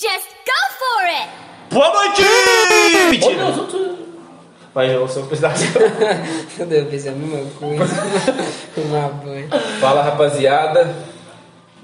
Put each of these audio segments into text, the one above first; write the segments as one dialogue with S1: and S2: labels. S1: Just go for it!
S2: Boa noite!
S3: Ou
S2: Mentira!
S3: não, os outros.
S2: Mas eu sou o pedaço.
S4: Meu Deus, eu pensei a mesma coisa. Uma banha.
S2: Fala rapaziada,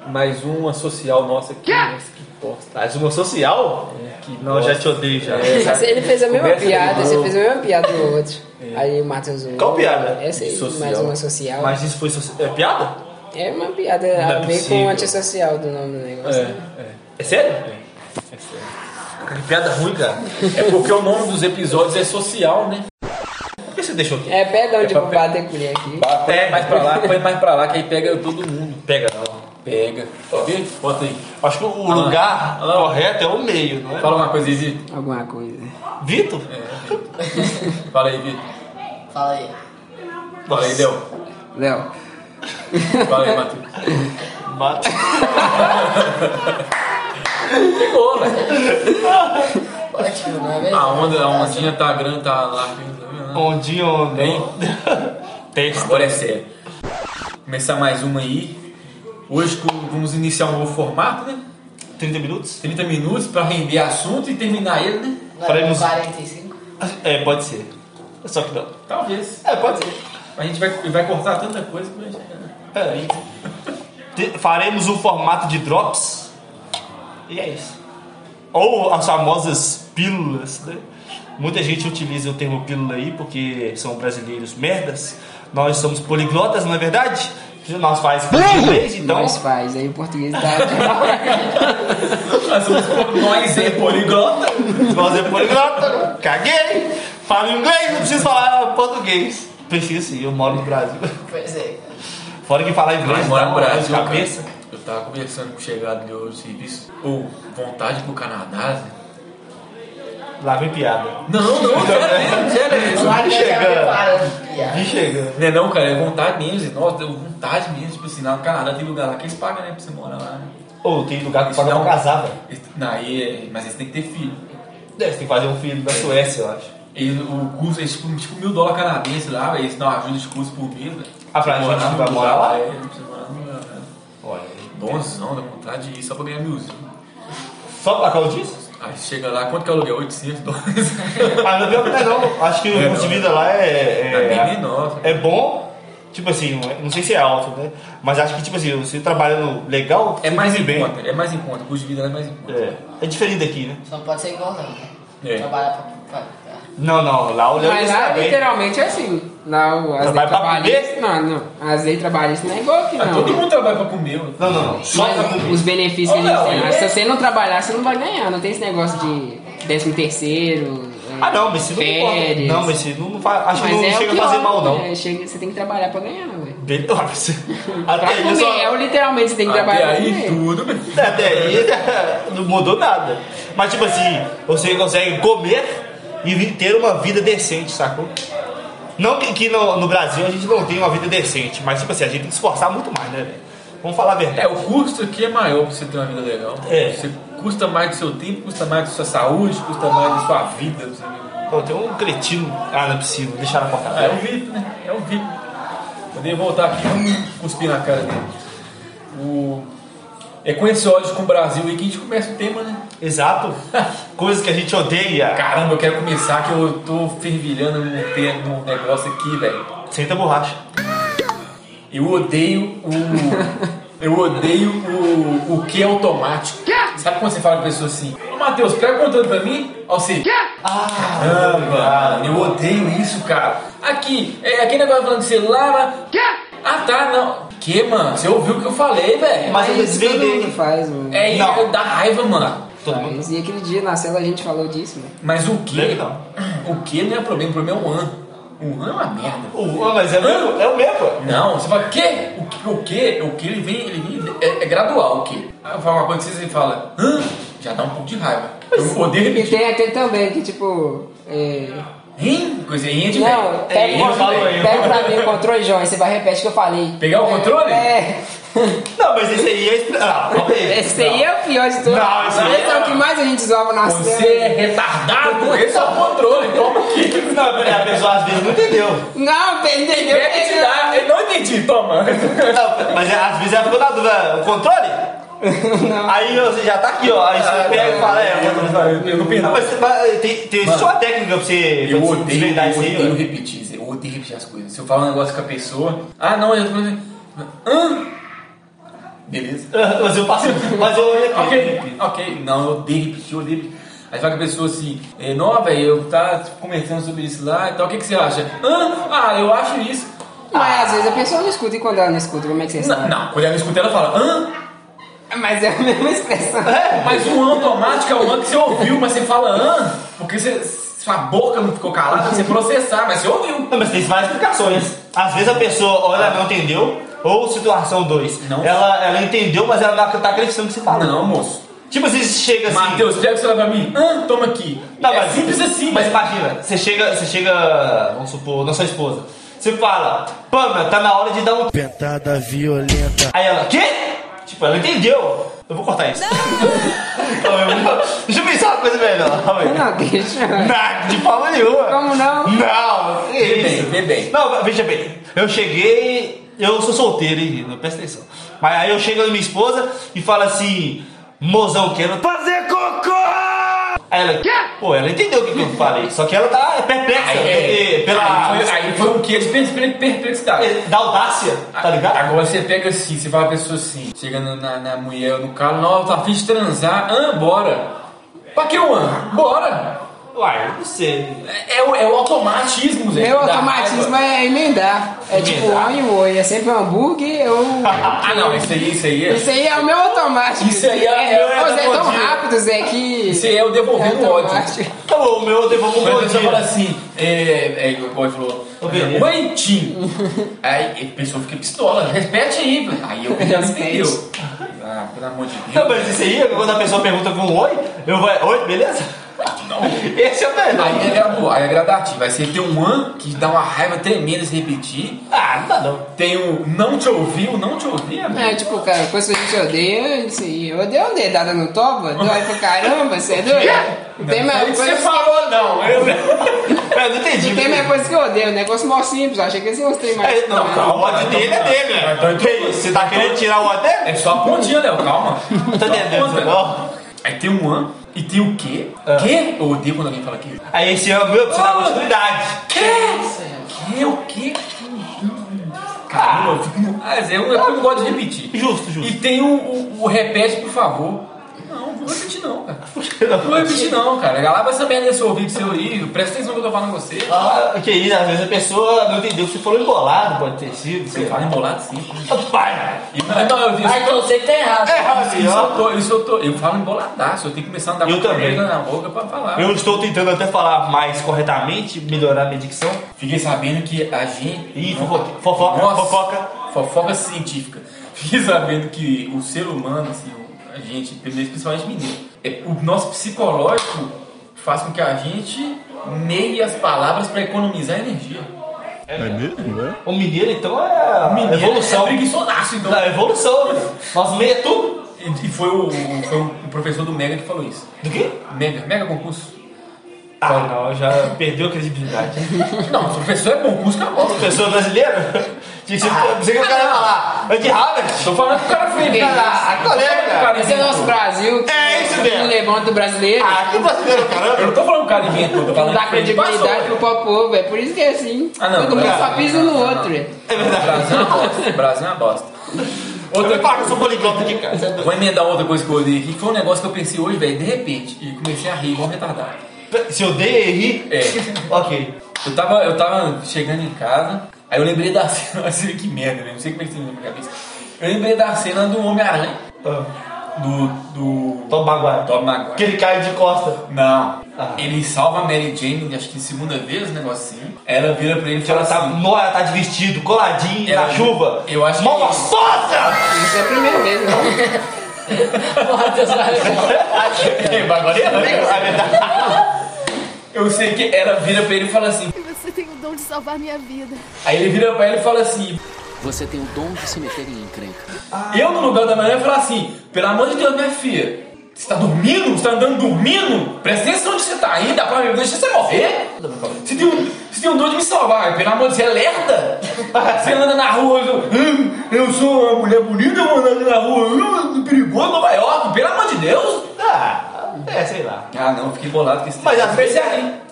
S2: mais
S3: um
S2: uma social nossa aqui. Nossa, que bosta. Mais uma Tá, social? que não, já te odeio já.
S4: Mas Ele fez a mesma
S2: Começa de
S4: piada,
S2: novo.
S4: você fez a mesma piada do outro. Aí o Matheus zoou.
S2: Qual piada?
S4: é Essa aí,
S2: Social.
S4: mais uma social.
S2: Mas isso foi soci- é piada?
S4: É uma piada
S2: Não é
S4: a ver com
S2: possível.
S4: o antissocial do nome do negócio. né?
S2: É. É sério? É sério. Que piada ruim, cara. É porque o nome dos episódios é social, né? Por que você deixou aqui?
S4: É, pega onde
S2: É pra
S4: eu
S2: pe-
S4: bater colher aqui.
S3: Põe mais pra lá, põe mais pra lá, que aí pega todo mundo.
S2: Pega não.
S3: Pega. Quer ver? Bota aí.
S5: Acho que o lugar correto é o meio, não é?
S3: Fala uma coisa, Izzy.
S4: Alguma coisa.
S5: Vitor?
S3: Fala aí, Vitor.
S6: Fala aí.
S3: Fala aí, Léo.
S4: Léo.
S3: Fala aí, Matheus.
S5: Mata.
S3: Pegou, velho.
S6: Ótimo, não é mesmo?
S3: A onda, a ondinha tá grande, tá larga. tá vendo?
S5: Ondinha, onda.
S3: Bem,
S2: Testa.
S3: agora é sério. Começar mais uma aí. Hoje com- vamos iniciar um novo formato, né?
S5: 30 minutos?
S3: 30 minutos pra render assunto e terminar ele, né?
S6: Não,
S5: Pra eles-
S6: 45.
S5: É, pode ser. Só que não.
S3: Talvez.
S5: É, pode ser.
S3: A gente vai, vai cortar tanta coisa né? que vai chegar.
S5: Peraí. É, Te- Faremos um formato de drops. E é isso. Ou as famosas pílulas, né? Muita gente utiliza o termo pílula aí porque são brasileiros merdas. Nós somos poliglotas, não é verdade? Nós faz inglês, então.
S4: Nós faz, aí o português tá.
S3: Nós somos po- nós é poliglota.
S5: Nós é poliglota, caguei, falo inglês, não preciso falar português. Preciso sim, eu moro no Brasil.
S6: Pois é.
S5: Fora que falar inglês,
S3: Nós mora
S5: dá
S3: no
S5: uma dor
S3: Brasil,
S5: de
S3: cara.
S5: cabeça.
S3: tá Eu tava conversando com o chegado de hoje do serviço. Ou vontade pro Canadá, Zé.
S5: Lá vem piada.
S3: Não, não, sério mesmo, sério mesmo.
S6: Claro que eu já
S5: chegando.
S6: preparo, piada.
S5: E chega.
S3: Não é não, cara, é vontade mesmo, Zé. nossa, deu vontade mesmo, tipo assim, lá no Canadá tem lugar lá que eles pagam, né, pra você morar lá. né?
S5: Ou tem lugar que
S3: Isso
S5: paga
S3: dá
S5: pra
S3: um-
S5: casar, velho.
S3: Eles- Não, aí, é- mas eles têm que ter filho.
S5: Deve ter que fazer um filho da
S3: É.
S5: Suécia, eu acho.
S3: E o curso, eles custam tipo mil dólares canadenses lá, velho, eles dão ajuda de curso por mês, velho.
S5: Ah, pra
S3: Você
S5: gente que
S3: num
S5: vai
S3: lugar
S5: morar lá?
S3: É, pra você morar num lugar, né?
S5: Olha
S3: Bonzão, dá vontade de ir só pra ganhar milzinho.
S5: Só pra causa disso?
S3: Aí chega lá, quanto que é o aluguel? 800 dólares.
S5: Ah, não pior que não é não. Acho que o
S3: É,
S5: custo de
S3: não.
S5: vida lá é.
S3: É bem
S5: É,
S3: menor.
S5: é bom. Tipo assim, não é- não sei se é alto, né? Mas acho que, tipo assim, você trabalhando legal,
S3: É
S5: você
S3: mais
S5: vive
S3: em
S5: bem.
S3: conta, é mais em conta, o custo de vida lá é mais em conta.
S5: É. é diferente daqui, né?
S6: Só não pode ser igual não. né?
S3: É.
S6: Trabalhar pra. pra- pra-
S5: Não, não. Lá o Léo
S4: Mas lá
S5: está bem.
S4: literalmente é assim. Lá o-
S5: Trabalho
S4: as leis
S5: pra
S4: trabalhistas. Não, não. As leis trabalhistas não é igual aqui,
S3: Ah,
S4: não.
S3: todo mundo trabalha pra comer, velho.
S5: Não, não, não. Só pra
S4: Mas
S5: comer.
S4: os benefícios que
S3: Ô,
S4: eles
S3: Léo,
S4: têm.
S3: e
S4: lá.
S3: é-
S4: Se você não trabalhar, você não vai ganhar. Não tem esse negócio de 13 terceiro.
S5: Ah, não, mas se não importa.
S4: férias.
S5: Não, mas se não, não faz. Acho que não
S4: é o
S5: chega a
S4: que
S5: fazer
S4: rola,
S5: mal, não.
S4: né? Chega, você tem que trabalhar pra ganhar, ué.
S5: Beleza. Ah, você- Até
S4: Pra
S5: aí,
S4: comer,
S5: só-
S4: é o literalmente você tem que
S3: Até
S4: trabalhar pra
S3: aí
S4: comer.
S3: tudo, bem.
S5: Até aí não mudou nada. Mas tipo assim, você consegue comer e vi- ter uma vida decente, sacou? Não que, que no, no Brasil a gente não tem uma vida decente, mas tipo assim, a gente tem que esforçar muito mais, né, velho? Vamos falar a
S3: É,
S5: verdade.
S3: o custo aqui é maior pra você ter uma vida legal.
S5: É.
S3: Você custa mais do seu tempo, custa mais da sua saúde, custa mais da sua vida. Você...
S5: Pô, tem um cretino. Ah, não é possível, deixar na porta
S3: Ah, é
S5: aberta.
S3: um VIP, né? É um VIP. Poder voltar aqui e cuspir na cara dele. O... É com esse ódio com o Brasil aí que a gente começa o tema, né?
S5: É. Exato. Coisas que a gente odeia.
S3: Caramba, eu quero começar que eu tô fervilhando num, te- num negócio aqui, velho.
S5: Senta a borracha.
S3: Eu odeio o. Eu odeio o, o que é automático. Sabe quando você fala pra pessoa assim, ô Matheus, pega o controle pra mim? Ou assim, caramba, eu odeio isso, cara. Aqui, é, aquele negócio falando de celular, mas- Ah tá, não. Que, mano? Você ouviu o que eu falei, velho?
S5: Mas eles
S4: Mas todo mundo
S5: vendem.
S4: faz, mano.
S3: É isso,
S5: Não.
S3: dá raiva, mano.
S5: Todo mundo.
S4: Faz. E aquele dia na cela a gente falou disso, né? mano.
S3: Mas o que?
S5: Lembra não?
S3: O que não é problema, o problema é o an. O an é uma merda.
S5: Uh, ah, mas é o mesmo, é o mesmo. pô.
S3: Não, você fala, quê? O que? O que? O que? Ele vem, ele vem, é, é gradual, o que? Aí eu falo uma coisa assim, você fala, hã? Já dá um pouco de raiva. Eu odeio
S4: E
S3: repetir.
S4: tem aquele também que, tipo. É...
S3: Hein? Coisa aí, de
S4: Não,
S3: velho.
S4: pega,
S3: É,
S4: o
S3: hein,
S4: controle,
S3: velho.
S4: pega pra mim o controle, João, e você vai repetir o que eu falei.
S3: Pegar o controle?
S4: É.
S5: Não, mas esse aí é. expl- Ah, calma aí.
S4: Esse aí é o pior de tudo.
S5: Não, esse aí
S4: Esse é o que mais a gente zoava na
S3: Você é retardado, esse é o controle, toma aqui.
S5: Não, peraí, a pessoa às vezes não entendeu.
S4: Não, entendeu?
S3: Pega e te dá. Eu não entendi, toma.
S5: Não, mas é, às vezes ela ficou na dúvida. O controle? Aí você já tá aqui, ó. Aí você pega e fala, é, eu vou
S3: Eu- eu não perdi.
S5: Não, mas, mas eh, tem, tem
S3: Mano,
S5: só uma técnica pra você
S3: Eu
S5: pra você
S3: odeio,
S5: desvendar
S3: eu
S5: isso aí, né?
S3: odeio
S5: ó.
S3: repetir. Zé. Eu odeio repetir as coisas. Se eu falar um negócio com a pessoa. Ah, não, eu tô falando. Ah, beleza.
S5: Mas eu passo. Mas eu.
S3: Ok, ok. Não, eu odeio repetir, eu odeio repetir. Aí fala com a pessoa assim, é, não, velho, eu tá conversando sobre isso lá e tal, o que, que você acha? Ah, ah, eu acho isso.
S4: Mas às vezes a pessoa não escuta e quando ela não escuta, como é que você
S3: Não,
S4: sabe?
S3: não, quando ela escuta, ela fala, ah,
S4: Mas é a mesma expressão.
S3: mas o an automático é o an que você ouviu, mas você fala ah, porque você- sua boca não ficou calada, você processar, mas você ouviu.
S5: Não, mas tem várias explicações. Às vezes a pessoa, ou ela não entendeu, ou situação 2.
S3: Não.
S5: Ela, ela entendeu, mas ela não tá acreditando que você fala.
S3: Não, moço.
S5: Tipo, você chega assim.
S3: Matheus, pega o celular pra mim. Ah, toma aqui.
S5: Não,
S3: é
S5: Tá, mas-
S3: simples assim,
S5: Mas
S3: mas
S5: imagina, você chega, você chega, vamos supor, na sua esposa. Você fala, Pamela, tá na hora de dar um. Pentada violenta. Aí ela, quê? Tipo, ela entendeu. Eu vou cortar isso. Calma aí, vamos- Deixa eu pensar uma coisa melhor. Calma aí.
S4: Não, deixa.
S5: Não, de forma nenhuma.
S4: Como não?
S5: Não, que
S3: Vê bem,
S5: isso?
S3: vê bem.
S5: Não, veja bem. Eu cheguei, eu sou solteiro, hein, não presta atenção. Mas aí eu chego na minha esposa e falo assim: mozão, quero fazer cocô! Aí ela, pô, ela entendeu o que, que eu falei, só que ela tá perplexa, porque pela.
S3: é,
S5: é,
S3: Aí, foi, assim. aí foi um quê de per- per- perplexidade.
S5: da audácia, tá ligado?
S3: Agora você pega assim, você fala a pessoa assim, chega na, na, na mulher, no carro, não, tá afim de transar, ah, bora. Pra que o an? Bora!
S5: Uai, eu não sei.
S3: É, é o, é o automatismo,
S5: É
S3: Zé.
S4: Meu
S3: da
S4: automatismo
S3: raiva.
S4: é emendar. É tipo
S3: Emendar.
S4: oi, oi. É sempre um hambúrguer ou.
S5: é-
S3: Ah, não, isso aí, isso aí é.
S4: Isso aí é o meu automático.
S3: Isso aí é- é o
S4: Ô, Zé, é tão
S3: automático.
S4: rápido, Zé, que.
S3: Isso aí é o devolvendo o ódio.
S5: Tá bom, meu, eu devolvo
S3: Quando a pessoa fala
S5: o
S3: assim, é, é igual o Boy falou,
S5: Ô, beleza.
S3: oi, Tim. Aí a pessoa fica pistola, repete aí. Aí eu já não entendeu. Ah, pelo amor de
S5: Não,
S3: Deus.
S5: "Então, mas isso aí, quando a pessoa pergunta com um oi, eu vou, oi, beleza? Não. Esse é o melhor.
S3: Aí é, gradual, aí é gradativo. Aí você tem um an que dá uma raiva tremenda se repetir.
S5: Ah, não dá não.
S3: Tem o não te ouvi, o não te ouvi, amigo.
S4: É, tipo, cara, coisa que a gente odeia, isso aí. Eu odeio uma dedada no toba, dói pra caramba, você é doido? Tem mais
S3: Aí você
S4: coisa assim.
S3: falou né? não. É Eu...
S5: Eu É, não entendi.
S4: Tem mais coisa que eu odeio, um negócio mó simples, eu achei que eles iam ter mais.
S5: É, não,
S4: não.
S5: o ódio dele é dele, né? Que isso? Você tá querendo tirar o ódio dele?
S3: É só a pontinha, Léo, calma.
S5: Tá
S3: Só a
S5: entendendo,
S3: ponta.
S5: não?
S3: Aí tem um an e tem o quê?
S5: Ah.
S3: Quê? Eu odeio quando alguém fala quê.
S5: Aí esse ano meu precisa dar continuidade.
S3: Que? O que? Caramba, eu fico no- Ah, Zé, eu, eu não gosto de repetir.
S5: Justo, justo.
S3: E tem o, o- o repete, por favor. Não, não vou repetir não, cara. Não
S5: é
S3: vou repetir não, cara. Lava essa merda nesse ouvido seu aí. Presta atenção no que eu tô falando com você.
S5: Ah, que isso, às vezes a pessoa não entendeu que você falou embolado, pode ter sido, sei
S3: Você
S5: lá.
S3: fala embolado sim. É,
S5: Pai!
S3: E- Não, eu vi.
S6: Ah, então você que tá errado.
S3: Isso eu tô, isso eu tô. Eu falo emboladaço. Eu tenho que começar a andar
S5: Eu
S3: com a
S5: também.
S3: merda na boca pra falar.
S5: Eu estou tentando até falar mais corretamente, melhorar a minha dicção.
S3: Fiquei sabendo que a gente.
S5: Ih, fofoca, fofoca, fofoca.
S3: Fofoca científica. Fiquei sabendo que o ser humano, assim, o- a gente, primeiro, principalmente menino, é- o nosso psicológico faz com que a gente meie as palavras para economizar energia.
S1: É mesmo, é?
S5: O mineiro, então, é
S3: Mineiro
S5: evolução.
S3: É preguiçonaço, então.
S5: Da evolução, né? Nós meia tudo.
S3: E, e foi, o, foi o professor do Mega que falou isso.
S5: Do quê?
S3: Mega, Mega concurso.
S5: Ah, não, já perdeu a credibilidade.
S3: Não, o professor é concurso que eu gosto.
S5: Pessoa brasileira? Tinha que ser, não sei o que o cara ia falar. É de Harvard?
S3: Tô falando que o cara foi
S5: Ah, colega!
S4: Esse é o nosso Brasil, que
S5: É isso mesmo.
S4: não levanta o brasileiro,
S5: Ah, que brasileiro,
S3: Eu
S5: caramba!
S3: não tô falando que o cara inventou, tô
S4: não
S3: falando
S4: dá
S3: que foi de
S4: credibilidade
S3: passou.
S4: pro próprio povo, é por isso que é assim.
S3: Ah, não,
S4: Todo mundo
S3: cara,
S4: só pisa
S3: não,
S4: no
S3: não,
S4: outro. é.
S5: É verdade.
S3: Brasil é uma bosta. Brasil é uma bosta. Outra
S5: Eu falo que eu sou poliglota aqui, cara.
S3: Vou emendar outra coisa que eu odeio aqui, que foi um negócio que eu pensei hoje, velho, de repente, e comecei a rir, igual um retardado.
S5: Se eu dei erri?
S3: É.
S5: Ok.
S3: Eu tava, eu tava chegando em casa, aí eu lembrei da cena, olha assim, que merda, né? não sei como é que tem na minha cabeça. Eu lembrei da cena do Homem-Aranha,
S5: Ah,
S3: do. do.
S5: Tom Maguire.
S3: Tom Maguire.
S5: Que ele cai de costa.
S3: Não.
S5: Ah.
S3: Ele salva a Mary Jane, acho que segunda vez, um negocinho. Ela vira pra ele e fala
S5: Ela tá,
S3: assim.
S5: nó, ela tá de vestido, coladinho,
S3: Ela-
S5: na chuva.
S3: eu acho que-
S5: Mó gostosa!
S4: Isso é a primeira vez, né?
S6: Matheus vai-
S3: "É, mas agora é ela."
S5: É verdade.
S3: Eu sei que ela vira pra ele e fala assim.
S7: Você tem o dom de salvar minha vida.
S3: Aí ele vira pra ele e fala assim. Ah.
S8: Você tem o dom de se meter em encrenca.
S3: Eu, no lugar da Mariana, ia falar assim: pelo amor de Deus, minha filha, você tá dormindo? Você tá andando dormindo? Presta atenção onde você tá aí, dá pra me deixa você morrer. Você tem um, você Você tem um dom de me salvar, pelo amor de Deus, você é lerda? Você anda na rua, eu, "Hum, eu sou uma mulher bonita, eu ando na rua, hum, perigoso, Nova York, pelo amor de Deus!
S5: Ah, é, sei lá.
S3: Ah, não, fiquei bolado com esse
S5: Mas
S3: texto.
S5: às vezes,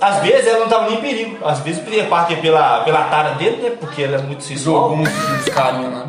S5: às vezes ela não tava nem em perigo. Às vezes o Peter Parker é pela, pela tara dele, né? Porque ela é muito sensual.
S3: Jogou uns carinha lá.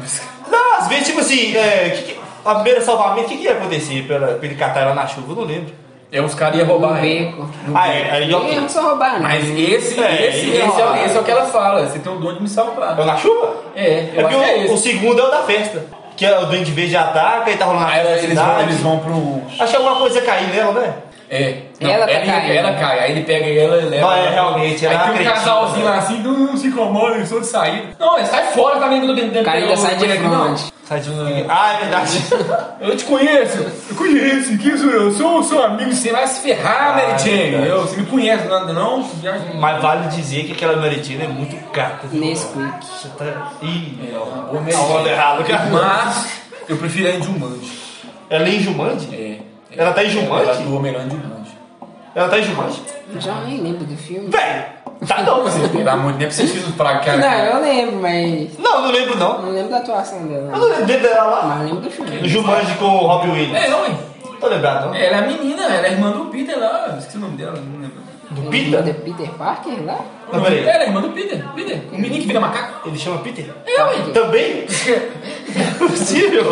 S5: Não, às vezes, tipo assim, é, que que- a primeira salvamento, o que, que ia acontecer pra, ela- pra ele catar ela na chuva? Eu não lembro.
S3: É uns caras iam roubar
S4: No
S3: ela.
S4: beco.
S5: Ah, é, aí eu.
S4: Eu não sou roubado.
S3: Mas esse,
S5: É,
S3: esse,
S5: e-
S3: esse, é, o- esse é o que ela fala, você tem um dom de me salvar.
S5: É o na chuva?
S3: É,
S5: É
S3: eu
S5: porque
S3: acho que é
S5: o, o
S3: esse.
S5: segundo é o da festa. Que é o Duende Verde ataca e tá rolando
S3: Aí
S5: a
S3: ela- eles vão,
S5: cidade.
S3: eles vão pro...
S5: Acho que alguma coisa ia cair nela, né?
S3: É.
S4: Ela tá
S3: ela,
S4: caindo.
S3: ela cai, aí ele pega ela e leva.
S5: Ah, é,
S3: ela.
S5: realmente, ela
S3: Aí tem um
S5: acredita.
S3: casalzinho lá assim, não, não se incomoda, eu sou de sair. Não, ele sai fora tá também quando eu
S4: O cara ainda sai de fronte.
S5: Sai
S3: um
S5: de- Ah, é verdade.
S3: Eu te conheço, eu conheço, que isso, eu sou seu amigo, você vai se ferrar,
S5: Ah,
S3: Mary Jane.
S5: verdade.
S3: Eu, você me conhece nada, não? Viagem.
S5: Mas vale dizer que aquela Maritina é muito gata. viu?
S4: Nesquik.
S5: Você tá. Ih,
S3: É, ó, boa
S5: tá
S3: Mary
S5: rolando
S3: Jane.
S5: errado, cara.
S3: Mas eu prefiro a Indilmante.
S5: Ela é em Jumanji?
S3: É.
S5: Ela tá em Jumanji?
S3: Ela é do Homem-Aranha de Jumanji.
S5: Ela tá em Jumanji?
S4: Eu Já nem lembro do filme.
S5: Véi! Tá não, você.
S3: Pelo amor de Deus, preciso pra cá.
S4: Não, eu lembro, mas
S5: Não, não lembro não.
S4: não lembro da atuação dela.
S5: Eu não lembro dele dela lá.
S4: Mas lembro do filme.
S5: No Jumanji com o Robin Williams.
S3: É, ué.
S5: Tô lembrado não.
S3: Ela é a menina, ela é irmã do Peter lá. eu Esqueci o nome dela, não lembro.
S5: Do
S4: Irmã
S5: Peter?
S4: do Peter Parker lá?
S5: Não, peraí.
S3: Ela é irmã do Peter, Peter. O menino que vira macaco.
S5: Ele chama Peter? Tá.
S3: É, ué.
S5: Também? Não é possível.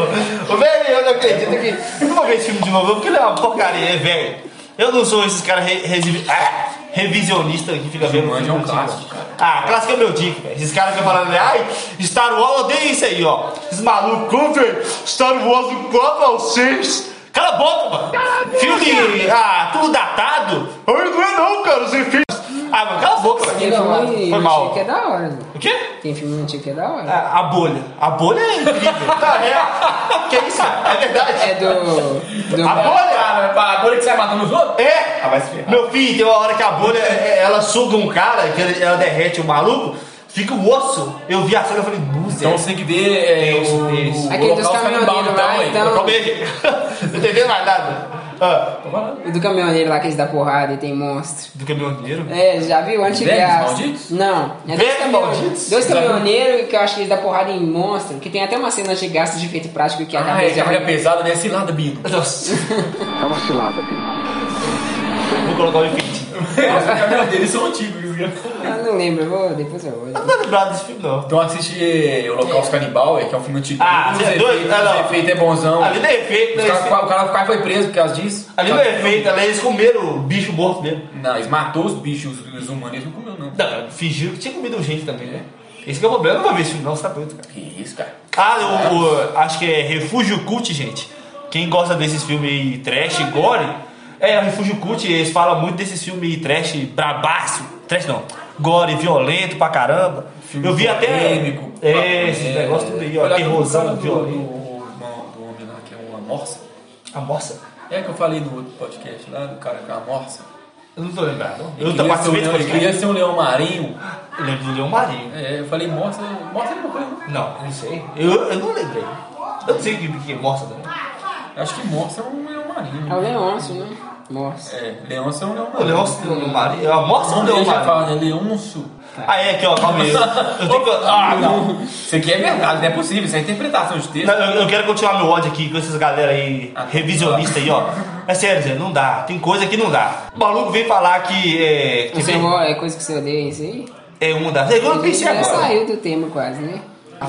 S5: Ô, velho, eu não acredito que. Eu não vou ver esse filme de novo, não, porque ele é uma porcaria, velho. Eu não sou esses caras re- resi- ah, revisionistas que fica vendo.
S3: Jumanji é
S5: filme
S3: um
S5: antigo.
S3: clássico, cara.
S5: Ah, clássico é meu dico, velho. Esses caras ficam falando, ai, Star Wars odeia isso aí, ó. Esses malucos, velho. Star Wars do 4 ao 6. Cala a boca, mano. Filme, ah, tudo datado. Ai, não é não, cara, os efeitos. Ah, mano, cala a boca,
S4: Tem
S5: velho.
S4: filme
S5: Foi mal.
S4: antigo que é da hora. né?
S5: O quê?
S4: Tem filme antigo que é da hora.
S5: A, a bolha. A bolha é incrível. tá, é. Que isso? É verdade.
S4: É do. do
S5: A bolha?
S3: A bolha que sai matando os outros?
S5: É! Meu filho, tem uma hora que a bolha é- ela suga um cara, que ela, ela derrete o maluco, fica o osso. Eu vi a cena e falei, música.
S3: Então você tem que ver é,
S5: Deus,
S3: o,
S5: Deus.
S3: o
S4: Aquele dos
S3: local canibal,
S4: caminhoneiros lá,
S3: então,
S4: então.
S5: Calma aí. Não entendeu mais nada. Ah,
S4: O do caminhoneiro lá que eles dão porrada e tem monstro.
S5: do caminhoneiro?
S4: É, já viu? Antes
S3: Velhos
S4: a-
S3: malditos?
S4: Não. É dois,
S5: Velhos
S4: caminhão-
S5: malditos?
S4: dois
S5: Já viu?
S4: caminhoneiros que eu acho que eles dão porrada em monstro. Que tem até uma cena antigaça de efeito prático que a
S3: Ah, é,
S4: cabeça...
S3: que a mulher pesada, né? Cilada, Bino.
S5: Nossa. É uma cilada. Vou colocar o efeito.
S3: Os cabelos deles são antigos.
S4: Eu não lembro, eu vou, depois eu vou.
S5: Eu não tô lembrado desse filme, não.
S3: Então assiste O Holocausto Canibal, é, que é um filme antigo.
S5: Ah, você é doido? Ah, não.
S3: O efeito é bonzão.
S5: Ali não é efeito, né?
S3: Os caras- o cara quase foi preso por causa disso.
S5: Ali não é efeito, ali eles comeram o bicho morto mesmo.
S3: Não, eles matou os bichos, os- os humanos, eles não comeu, não.
S5: Não, fingiu que tinha comido gente também, né? Esse que é o problema, eu não vou ver esse filme, não, você tá doido, cara.
S3: Que isso, cara.
S5: Ah, o, o- acho que é Refúgio Cult, gente. Quem gosta desses filmes aí, trash, gore, é o Refúgio Cult, eles falam muito desses filmes aí, trash, brabaço, trash não, gore, violento pra caramba.
S3: Filme
S5: eu vi até.
S3: polêmico,
S5: é, esses negócios tudo aí, ó,
S3: Olha,
S5: terrorzão,
S3: do-
S5: violento. Ah,
S3: do- do- do homem lá, que é uma morsa.
S5: A moça?
S3: É que eu falei no outro podcast lá, do cara com a morsa.
S5: Eu não tô lembrado.
S3: Ele
S5: Eu tô
S3: queria ser um
S5: participando
S3: leão-
S5: desse
S3: ele queria
S5: podcast.
S3: ser um leão marinho.
S5: Eu lembro do Leão Marinho.
S3: É, eu falei, morsa, morsa é não foi, não.
S5: Não, eu não sei. Eu, eu não lembrei. Eu não sei o que, que é moça também.
S3: Acho que morsa é um leão marinho.
S4: É o Leôncio, né? Nossa.
S3: É, leonça é um leão
S5: O
S3: marinho.
S5: Leão, o Leão Marinho. é A moça ou o
S3: Não
S5: Leão
S3: deixa
S5: Marinho?
S3: falar, né? Leonço.
S5: Ah, é aqui, ó, calma aí. Eu, tenho que- ah, não.
S3: não. Isso aqui é verdade, não é possível. Isso é interpretação de texto.
S5: Não, eu, eu quero continuar meu ódio aqui com essas galera aí,
S3: Ah,
S5: revisionista aí, ó. É sério, Zé, não dá. Tem coisa que não dá. O maluco veio falar que é.
S4: O
S5: Que
S4: seu
S5: vem-
S4: ó, é coisa que você odeia isso aí?
S5: é uma das. Eu não pensei
S4: já
S5: agora.
S4: saiu do tema quase, né?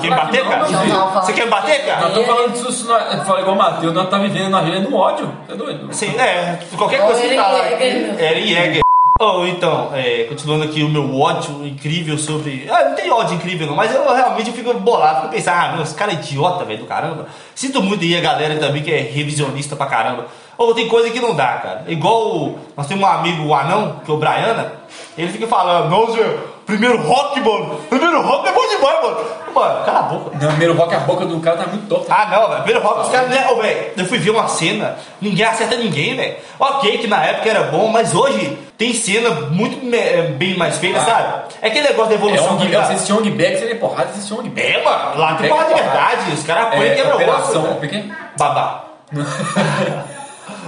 S5: Quer me bater, cara?
S6: Não, não, fala.
S5: Você quer me bater,
S3: Nós
S5: cara?
S3: estamos falando disso, nós, fala igual o Matheus, nós estamos vivendo na vida no ódio. Você é doido?
S5: Sim, é, qualquer
S6: Ô,
S5: coisa que
S6: Eren
S5: falar aqui.
S6: Yeager, meu.
S5: Eren Yeager. Oh, então, é, continuando aqui o meu ódio incrível sobre. Ah, não tem ódio incrível não, mas eu realmente fico bolado, fico pensando, ah, meu, esse cara é idiota, velho, do caramba. Sinto muito aí a galera também que é revisionista pra caramba. Ou tem coisa que não dá, cara. Igual o- nós temos um amigo, o anão, que é o Briana, ele fica falando, não, Zé, primeiro rock, mano, primeiro rock é bom demais, mano. Mano, cala a boca.
S3: Não, primeiro rock, a boca do cara tá muito torta.
S5: Ah, não, velho. Primeiro rock, os caras. né, Ô, velho, eu fui ver uma cena, ninguém acerta ninguém, velho. Ok, que na época era bom, mas hoje tem cena muito me- eh, bem mais feita,
S3: Ah.
S5: sabe? É aquele negócio da
S3: É
S5: evolução
S3: um
S5: que
S3: Você
S5: dá.
S3: assiste Young Back, você é porrada, você assiste Young Back.
S5: É, mano, lá tem
S3: Pega
S5: porra de
S3: porrada.
S5: né? verdade, os caras apanham e
S3: É,
S5: quebra o
S3: operação,
S5: rosto.
S3: como é que é?
S5: Babá.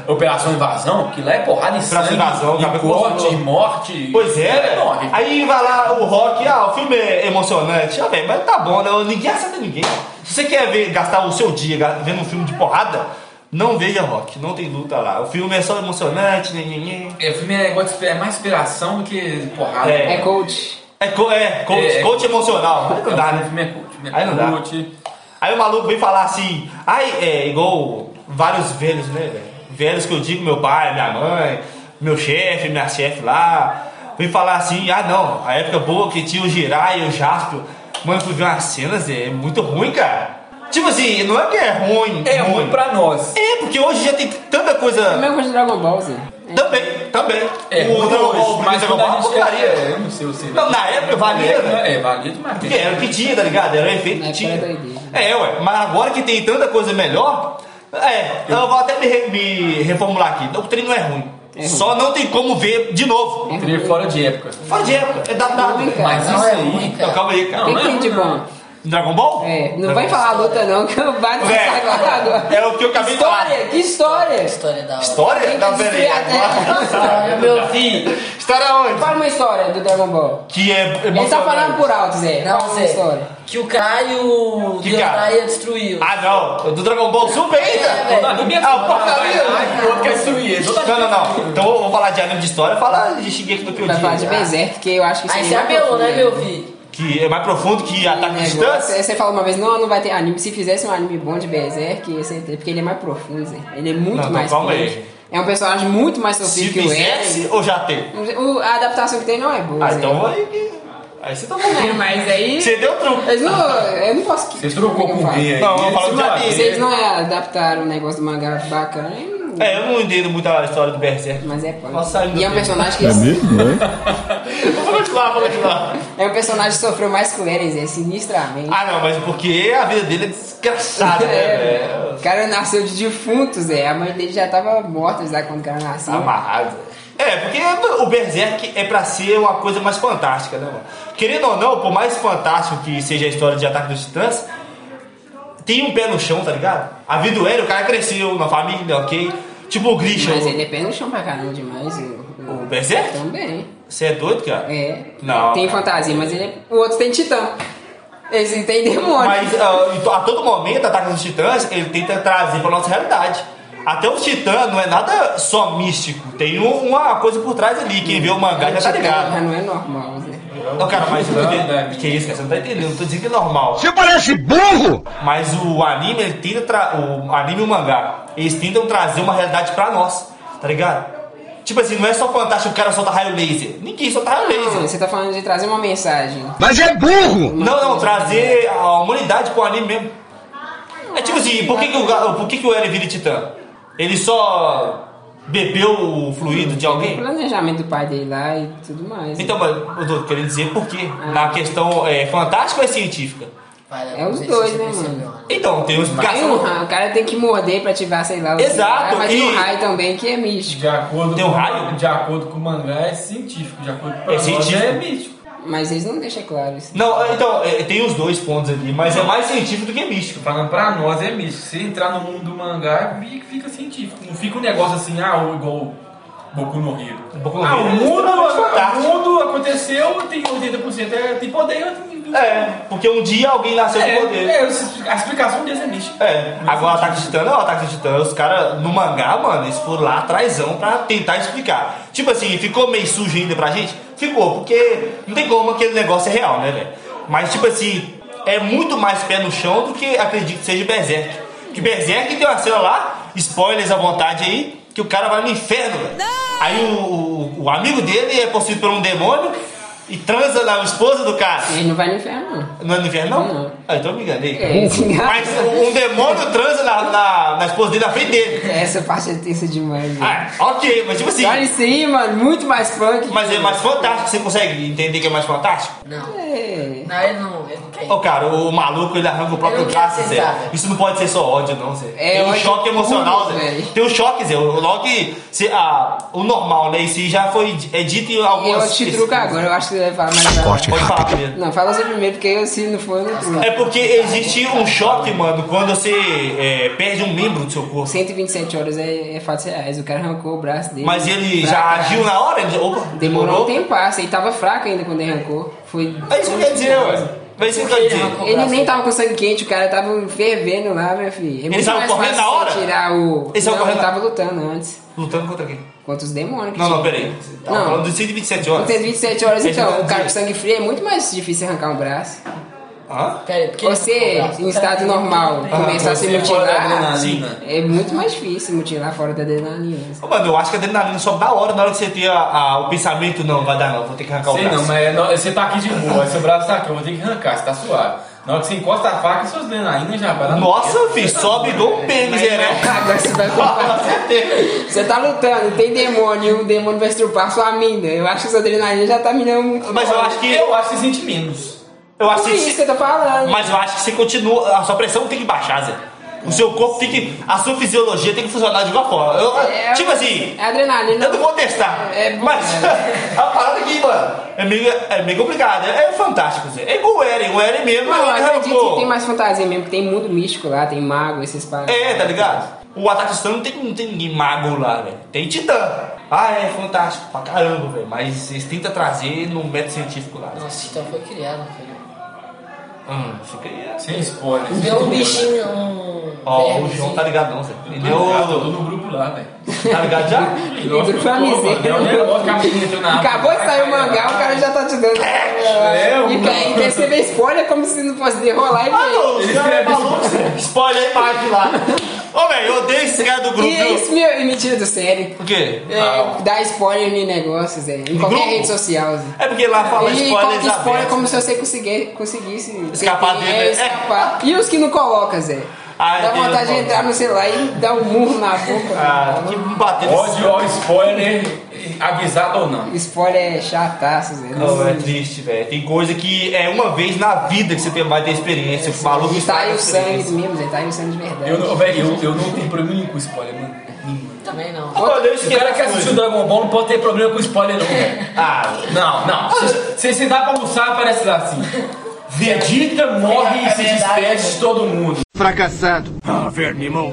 S3: Operação Invasão, que lá é porrada e sangue,
S5: Invasão,
S3: e
S5: cabelo
S3: corte,
S5: costurou.
S3: e morte.
S5: Pois é,
S3: Lá
S5: né?
S3: enorme.
S5: Aí vai lá o rock, ah, o filme é emocionante. Ah, velho, mas tá bom, né? Ninguém acerta ninguém. Se você quer ver, gastar o seu dia ga- vendo um filme de porrada, não veja rock, não tem luta lá. O filme é só emocionante, nhenhenhen.
S3: É, o filme é, negócio de inspira- é mais inspiração do que porrada.
S5: É.
S4: É coach.
S5: É, co é, coach,
S3: É, é-
S5: coach emocional. Aí não dá,
S3: O
S5: né?
S3: filme é cult, o filme é
S5: Aí não dá.
S3: cult.
S5: Aí o maluco vem falar assim, ai, é igual vários velhos, né, velho? Velhos que eu digo, meu pai, minha mãe, meu chefe, minha chefe lá. Vem falar assim, ah não, a época boa que tinha o Girai e o Jaspio. Mano, eu fui ver umas cenas, é muito ruim, cara. Tipo assim, não é que é ruim.
S3: É ruim pra nós.
S5: É, porque hoje já tem tanta
S4: A
S5: coisa.
S4: mesma coisa de Dragon Ball, Zé. É.
S5: Também, também.
S3: É
S5: o
S3: ruim
S5: Dragon
S3: hoje,
S5: Ball,
S3: mas
S5: mas Dragon
S3: quando a
S5: Ball é uma
S3: gente-
S5: porcaria.
S3: é, Eu não sei, eu sei.
S5: Não, na época valia, né? velho.
S3: É, valia demais.
S5: Porque era o que tinha, tá ligado? Era o efeito
S4: Na
S5: que tinha.
S4: época era doideira.
S5: É, ué. Mas agora que tem tanta coisa melhor, é. Então eu vou até me, re- me reformular aqui. O treino não é ruim.
S4: É ruim.
S5: Só não tem como ver de novo.
S4: É
S3: Trilha fora de época.
S5: Fora de época, é datado.
S4: ruim, cara.
S3: Mas
S4: Não
S3: isso
S4: é
S3: aí-
S4: ruim,
S5: Então
S4: cara.
S5: calma aí, cara.
S4: O que que tem de bom?
S5: Dragon Ball?
S4: É, não
S5: Dragon
S4: vai falar luta não, que eu vai
S5: Ball.
S4: passar agora. agora.
S5: É, é o que eu acabei de falar.
S4: História, que história?
S6: História da hora.
S5: História? Não, pera aí.
S4: Destruir a
S5: agora.
S4: Terra.
S6: Meu filho.
S5: História onde?
S4: Fala uma história do Dragon Ball.
S5: Que é
S4: Ele tá
S5: emocionante.
S4: falando por alto, Zé.
S6: Não,
S4: Fala uma
S6: Zé.
S4: história.
S6: Que o Caio
S5: Que
S6: de
S5: cara?
S6: Otaia destruiu.
S5: Ah, não. Do Dragon Ball Super ainda?
S6: É, velho.
S5: ah, é, porcaria.
S3: Ai, o outro quer destruir ele.
S5: Não, não, não. Então eu vou falar de anime de história, falar de Shingeki no Kyojin.
S4: Vai falar de Berserk, que eu acho que
S6: Aí
S4: isso
S6: você
S4: é muito
S6: apelou, né,
S4: profundo,
S6: meu filho?
S5: Que é mais profundo que Ataque à
S4: Negócio, é
S5: Distância.
S4: Aí você fala uma vez, não, não vai ter anime. Se fizesse um anime bom de Berserk, ia ser, porque ele é mais profundo, Zé. Ele é muito
S5: Não, então
S4: mais
S5: calma aí.
S4: profundo. É um personagem muito mais
S5: Se
S4: sofrido que é? o Eren.
S5: fizesse ou já tem?
S4: O- A adaptação que tem não é boa.
S5: Ah,
S4: Zé.
S5: então aí que. Aí você tá
S4: É,
S5: maluco.
S4: mas aí.
S5: Você deu truque.
S4: Mas não, eu não posso.
S3: Você trocou
S4: como
S3: com
S4: é que eu
S3: o B aí.
S4: falo?
S5: Não, eu falo de
S3: Ele-
S5: anime.
S4: Se eles não é, adaptaram o negócio do mangá bacana, aí não-
S5: É, eu não entendo muito a história do Berserk.
S4: mas é punk.
S5: Nossa, aí não
S4: e é um
S5: tem.
S4: personagem que.
S1: É mesmo, é?
S5: Vou continuar, vou continuar.
S4: É um personagem que sofreu mais que o Eren, Zé, sinistramente.
S5: Ah, não, mas porque a vida dele é desgraçada, né,
S4: É.
S5: velho?
S4: O cara nasceu de defunto, Zé. A mãe dele já tava morta Zé, quando o cara nasceu.
S5: Tá amarrado. É, porque o Berserk é pra ser uma coisa mais fantástica, né, mano? Querendo ou não, por mais fantástico que seja a história de Ataque dos Titãs, tem um pé no chão, tá ligado? A vida do Eren, o cara cresceu na família, ok? Tipo o Grisha.
S4: Mas
S5: o-
S4: ele é pé no chão pra caramba demais. O,
S5: O Berserk?
S4: Também.
S5: Você é doido, cara?
S4: É.
S5: Não,
S4: Tem
S5: cara.
S4: fantasia, mas ele é... o outro tem titã. Esse tem demônio.
S5: Mas ah, em to- a todo momento, Ataque dos Titãs, ele tenta trazer pra nossa realidade. Até o Titã não é nada só místico, tem um- uma coisa por trás ali. Quem vê o mangá já tá
S4: Titã
S5: ligado.
S4: já não é normal, Zé.
S5: Não, cara, mas
S3: Não, né?
S5: que isso, cara? Você não tá entendendo, não tô dizendo que é normal.
S1: Você parece burro!
S5: Mas o anime, ele tenta tra- o anime e o mangá, eles tentam trazer uma realidade pra nós, tá ligado? Tipo assim, não é só fantástico o cara solta raio laser. Ninguém solta raio
S4: Não,
S5: laser.
S4: você tá falando de trazer uma mensagem.
S1: Mas é burro!
S5: Não, não, trazer a humanidade pro anime mesmo. É tipo assim, por que, que, o, ga- por que, que o Eren vira titã? Ele só bebeu o fluido de
S4: O
S5: alguém?
S4: Um planejamento do pai dele lá e tudo mais.
S5: Então, mas eu tô querendo dizer por quê. Na questão é, fantástica ou é científica?
S6: Vai,
S4: É
S6: não
S4: os
S6: sei
S4: dois,
S6: você
S4: né,
S6: percebeu,
S4: mano?
S5: Então, tem uma
S4: Tem um
S5: explicação.
S4: raio, o cara tem que morder pra ativar, sei lá, o
S5: Exato,
S4: celular, mas tem
S5: e-
S4: um raio também que é místico.
S3: De acordo,
S5: Tem um raio?
S3: com, de acordo com o mangá é científico, de acordo com
S5: É
S3: nós
S5: científico.
S3: é mítico.
S4: Mas eles não deixam claro isso.
S5: Não, então, é, tem os dois pontos ali, mas é mais científico do que místico.
S3: Falando pra nós é mítico. Se entrar no mundo do mangá, fica- fica científico. Não fica um negócio assim, ah, o- igual Boku no Hero.
S5: Boku no
S3: ah,
S5: Hero é
S3: o mundo,
S5: extremamente
S3: o
S5: fantástico.
S3: mundo aconteceu, tem 80% é, tem poder, tem...
S5: É, porque um dia alguém nasceu
S3: É,
S5: com poder.
S3: é, a explicação deles é mística.
S5: É, agora o Ataque de Titã não, o Ataque de Titã, é os caras no mangá, mano, eles foram lá atrásão pra tentar explicar. Tipo assim, ficou meio sujo ainda pra gente? Ficou, porque não tem como aquele negócio é real, né, velho? Mas tipo assim, é muito mais pé no chão do que acredito que seja Berserk. Que Berserk tem uma cena lá, spoilers à vontade aí, que o cara vai no inferno, velho. Aí o, o- o amigo dele é possuído por um demônio e transa na esposa do cara.
S4: Ele não vai no inferno, não.
S5: Não é no inferno, não?
S4: Não.
S5: Ah, então eu me enganei.
S4: É, esse cara-
S5: Mas um demônio transa na, na, na esposa dele na frente dele.
S4: Essa parte é tensa demais, velho.
S5: Ah, ok, mas tipo assim.
S4: Olha isso aí, mano, muito mais punk.
S5: Mas é mais fantástico, você consegue entender que é mais fantástico?
S6: Não.
S4: É.
S6: Não, ele não. Ele
S5: Ô, cara, o maluco ele arranca o próprio
S6: não quero
S5: braço, Zé.
S6: aceitar, velho.
S5: Isso não pode ser só ódio, não, Zé.
S4: É
S5: Tem um
S4: ódio
S5: choque emocional,
S4: puro,
S5: Zé.
S4: velho.
S5: Tem um choque, Zé. O- Logo que. se- ah, o normal, né? Isso já foi é dito em
S4: E eu
S5: algumas.
S4: te truco agora, eu acho que você deve falar mais nada.
S1: Corte
S5: Pode falar
S1: rápido.
S5: primeiro.
S4: Não, fala você primeiro, porque eu, se não for, eu não truco.
S5: É porque existe um choque, mano, quando você é, perde um membro do seu corpo.
S4: 127 horas é, é fatos reais, o cara arrancou o braço dele.
S5: Mas ele
S4: Pra
S5: já
S4: caralho.
S5: agiu na hora? Ele, opa,
S4: Demorou um tempo, passo, ele tava fraco ainda quando ele arrancou. Foi.
S5: Mas isso quer dizer, ué. Mas isso quer dizer.
S4: Ele nem tava com sangue quente, o cara tava fervendo lá, meu filho. É muito
S5: tava
S4: mais
S5: correndo
S4: fácil
S5: na hora?
S4: você Tirar o...
S5: Ele tava
S4: não,
S5: correndo
S4: ele
S5: na-
S4: tava lutando antes.
S5: Lutando contra quem?
S4: Contra os demônios. que
S5: Não, não,
S4: tinha.
S5: peraí. Você Tava
S4: Não.
S5: falando de 127 horas.
S4: 127 horas,
S5: Ele
S4: então,
S5: tava-
S4: o cara com sangue frio é muito mais difícil arrancar um braço.
S5: Hã?
S6: Peraí, porque é um né?
S4: Você, em estado normal, começar a se
S6: Você fora da
S4: mutilar,
S6: adrenalina.
S4: é muito mais difícil mutilar fora da adrenalina.
S5: Ô, Mano, eu acho que a adrenalina sobe da hora, na hora que você tem a- a- o pensamento, não, vai dar não, vou ter que arrancar o
S3: Sei
S5: braço.
S3: não, mas não, você tá aqui de boa, seu braço tá aqui, eu vou ter que arrancar, você tá suave. Na hora que você encosta a faca, seus adrenalina já vai lá no
S5: Nossa, filho, sobe igual um pênis, é, né?
S4: Agora você vai comparar. Você tá lutando, tem demônio, e o demônio vai estrupar sua mina. Eu acho que essa adrenalina já tá minando muito.
S5: Mas eu acho que.
S3: Eu acho que você sente menos.
S5: Eu acho
S4: Por isso
S5: que.
S4: que eu tô falando.
S5: Mas eu acho que você continua. A sua pressão tem que baixar, Zé. O seu corpo tem que. A sua fisiologia tem que funcionar de igual forma. Eu-
S4: É,
S5: tipo assim,
S4: É adrenalina.
S5: Eu não vou testar.
S4: É bom, né?
S5: mas a parada aqui, mano, é meio, é meio complicado. É, é fantástico, Zé. É igual o Eren. O Eren mesmo.
S4: Não, eu
S5: ele
S4: acredito
S5: arrancou.
S4: que tem mais fantasia mesmo. Tem mundo místico lá, tem mago, esses paradas.
S5: É, tá ligado? O Ataque dos Titãs não tem, não tem ninguém mago lá, velho. Tem titã. Ah, é fantástico pra caramba, velho. Mas eles tentam trazer no método científico lá.
S6: Nossa, então foi criado, não foi?
S5: Hum, fica aí. assim.
S3: Sem spoiler. sem
S6: Deu um
S3: spoiler.
S6: bichinho, um.
S5: Ó, o
S6: vermezinho.
S5: João tá ligado não, Zé. Ele
S3: Ah, tô
S5: deu...
S3: todo no grupo lá, velho.
S5: Tá ligado já?
S4: Livro foi uma miséria.
S3: É um negócio que a menina entrou na água.
S4: Acabou de sair o mangá, o cara já tá te dando.
S5: É,
S4: é,
S3: eu-
S4: e quer, e quer receber spoiler é como se não fosse derrolar e
S5: Ah,
S4: ver.
S5: não, esse cara é maluco. Spoiler aí, parte lá. Ô, velho, eu odeio esse cara do grupo.
S4: E é
S5: viu?
S4: isso, meu. e Mentira do sério.
S5: Por quê? Ah,
S4: É, Dá spoiler em negócios, Zé. Em qualquer
S5: grupo?
S4: rede social, Zé.
S5: É porque lá fala
S4: E
S5: spoiler
S4: coloca spoiler
S5: exaberto.
S4: como se você conseguir- conseguisse
S5: Escapar
S4: ter-
S5: dele,
S4: é,
S5: né?
S4: escapar. E os que não colocam, Zé?
S5: Ah,
S4: Dá
S5: entendi,
S4: vontade de
S5: não
S4: entrar no celular e dar um murro na boca.
S5: Ah, que bater
S3: Ódio ao spoiler, eh, avisado ou não.
S4: Spoiler é chataço, Zé.
S5: Não, é triste, velho. Tem coisa que é uma vez na vida que você tem mais ter experiência. O maluco
S4: E tá
S5: estraga
S4: aí
S5: a
S4: o sangue
S5: experiência.
S4: mesmo, Zé. Tá aí o sangue de verdade.
S3: Eu, não- velho, eu, eu não tenho problema nenhum com spoiler, mano. Nenhum.
S6: Também não.
S5: Pô, eu
S3: Se o
S5: esqueço
S3: cara que
S5: as
S3: assistiu
S5: coisas.
S3: Dragon Ball não pode ter problema com spoiler, não, velho.
S5: Ah,
S3: Não, não. Se- Se se dá pra almoçar, aparece lá assim. Vegeta morre e se despede de todo mundo.
S1: Fracassado.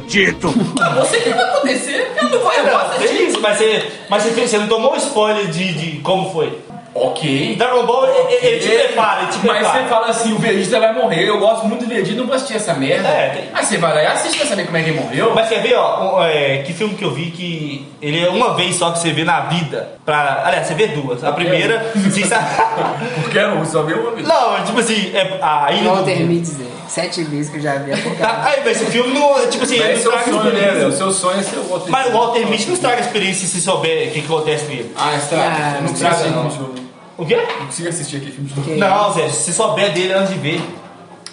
S6: Você que vai acontecer? Eu não vou
S5: não, tem isso, mas você, mas você, fez- você não tomou spoiler de, de como foi.
S3: Ok.
S5: Dragon Ball, ele, ele te prepara, ele te
S3: Mas você
S5: prepara.
S3: fala assim, o Vegeta vai morrer, eu gosto muito do Vegeta, não vou assistir essa merda.
S5: É, tem-
S3: Aí você vai lá e assiste pra saber como é que ele morreu.
S5: Mas você vê, ó, um, é, que filme que eu vi que ele é uma vez só que você vê na vida. Pra, aliás, você vê duas. A primeira, se
S3: Porque é ruim, só viu uma vez.
S5: Não, tipo assim, é, a Ilha do
S4: Walter
S5: Medo.
S4: Mitty, Zé. Sete vezes que eu já vi a porcaria.
S5: Tá, aí, mas esse filme não. Tipo assim,
S3: Mas
S5: ele
S3: é
S5: não
S3: seu
S5: estraga a
S3: sonho, né,
S5: experiência.
S3: velho? Seu sonho é seu outro.
S5: Mas o Walter Mitty não estraga a experiência se souber o que, que acontece com ele.
S3: Ah,
S4: Ah,
S3: estraga. Não consigo
S4: não
S3: assistir
S5: estraga,
S3: aquele
S5: não.
S3: filme de novo.
S5: O quê?
S3: Não consigo assistir aquele filme de novo.
S4: Que
S5: Não, Zé, se souber dele antes de ver.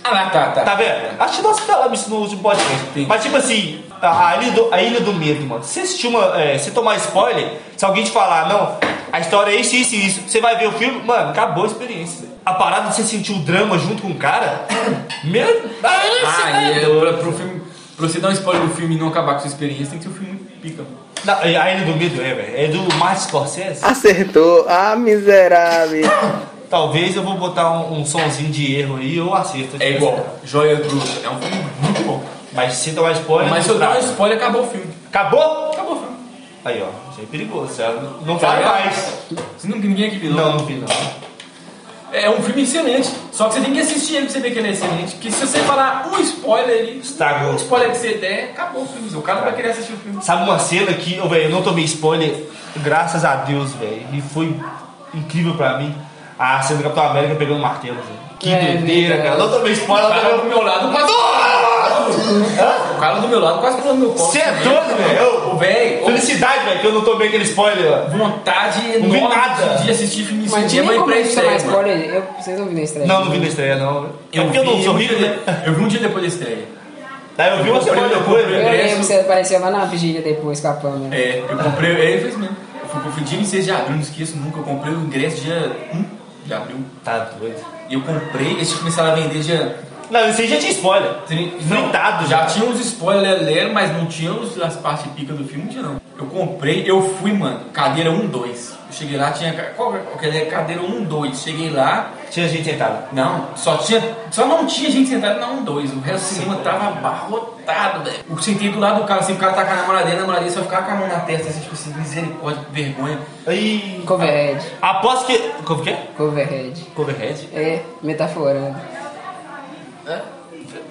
S3: Ah, tá, tá.
S5: Tá vendo? Acho que nós falamos isso no último podcast.
S3: Sim.
S5: Mas tipo assim, a, a ilha do, a Ilha do Medo, mano. Se assistir uma. é, se tomar spoiler, se alguém te falar, não, a história é isso, isso e isso, você vai ver o filme, mano, acabou a experiência. Zé. A parada de você sentir o drama junto com o cara. Meu.
S3: Ah, e é, pra, pro filme, pra você dar um spoiler do filme e não acabar com sua experiência, tem que ser um filme muito pica.
S5: Não, a Ilha do Medo é, velho. É do Martin Scorsese.
S9: Acertou, ah miserável.
S5: Talvez eu vou botar um, um sonzinho de erro aí ou acerto.
S3: É igual, Joia Bruta. É um filme muito bom.
S5: Mas se tomar spoiler.
S3: Mas se
S5: não
S3: eu dar um
S5: estraga.
S3: spoiler, acabou o filme.
S5: Acabou?
S3: Acabou o filme.
S5: Aí, ó. Isso é perigoso. Você não não
S3: Tá
S5: faz
S3: vendo?
S5: mais.
S3: Se não, ninguém aqui viu.
S5: Não, no final.
S3: É um filme excelente, só que você tem que assistir ele pra você ver que ele é excelente. Porque se você falar um spoiler, ele.
S5: Estragou.
S3: Um spoiler que você der, acabou o filme. O cara não vai querer assistir o filme.
S5: Sabe uma cena que, ô, velho, eu não tomei spoiler, graças a Deus, velho. E foi incrível pra mim. A cena do Capitão América pegando o martelo, velho. Que
S4: É,
S5: doideira,
S4: verdade.
S5: cara. Não tomei
S3: O
S5: spoiler, não
S3: cara do
S5: tomei.
S3: meu lado quase. O cara do meu lado quase pulou no meu colo.
S5: Você é doido,
S3: Ô,
S5: velho. Eu-
S3: velho,
S5: Felicidade, velho, que eu não tomei aquele spoiler, ó.
S3: ô, vontade
S5: vi
S3: enorme
S5: nada.
S3: de assistir filme em
S4: Mas
S5: é
S4: tinha
S3: cinema e
S4: nem como
S3: pra
S4: a gente
S3: estreia.
S4: tomar
S3: mano.
S4: spoiler. Eu, vocês não viram a estreia.
S5: Não, não vi na estreia, não. é porque eu não sou
S3: um
S5: rico,
S3: dia
S5: né?
S3: de- Eu vi um dia depois da estreia.
S5: Daí eu vi um
S3: Eu
S5: uma
S3: comprei,
S5: semana
S3: eu
S5: depois,
S4: Eu
S5: velho.
S4: lembro, você apareceu lá na vigília depois com a Pamela.
S3: É, eu comprei. É, fez mesmo. Eu fui pro dia 26 de abril, não esqueço nunca. Eu comprei o ingresso dia 1 de abril.
S5: Tá doido.
S3: E eu comprei, eles começaram a vender já.
S5: Não, isso aí já tinha spoiler.
S3: Tri-
S5: Fritado
S3: não, já. tinha uns spoilers lelero, mas não tinha os- as partes pica do filme, não tinha não. Eu comprei, eu fui, mano, cadeira 1, 2. Eu cheguei lá, tinha. ca- Qual, qual que é? Cadeira 1, 2. Cheguei lá,
S5: Tinha gente sentada.
S3: não, só tinha. Só não tinha gente sentada na 1, 2. O resto do cinema tava abarrotado, velho. Eu sentei do lado do cara, assim, o cara tá com a namoradeira, a namoradeira só ficava com a mão na testa, assim, tipo assim, misericórdia, que vergonha.
S5: Aí.
S4: Coverhead,
S5: Aposto que. Como que é?
S4: coverhead.
S5: Coverhead?
S4: É, metaforando.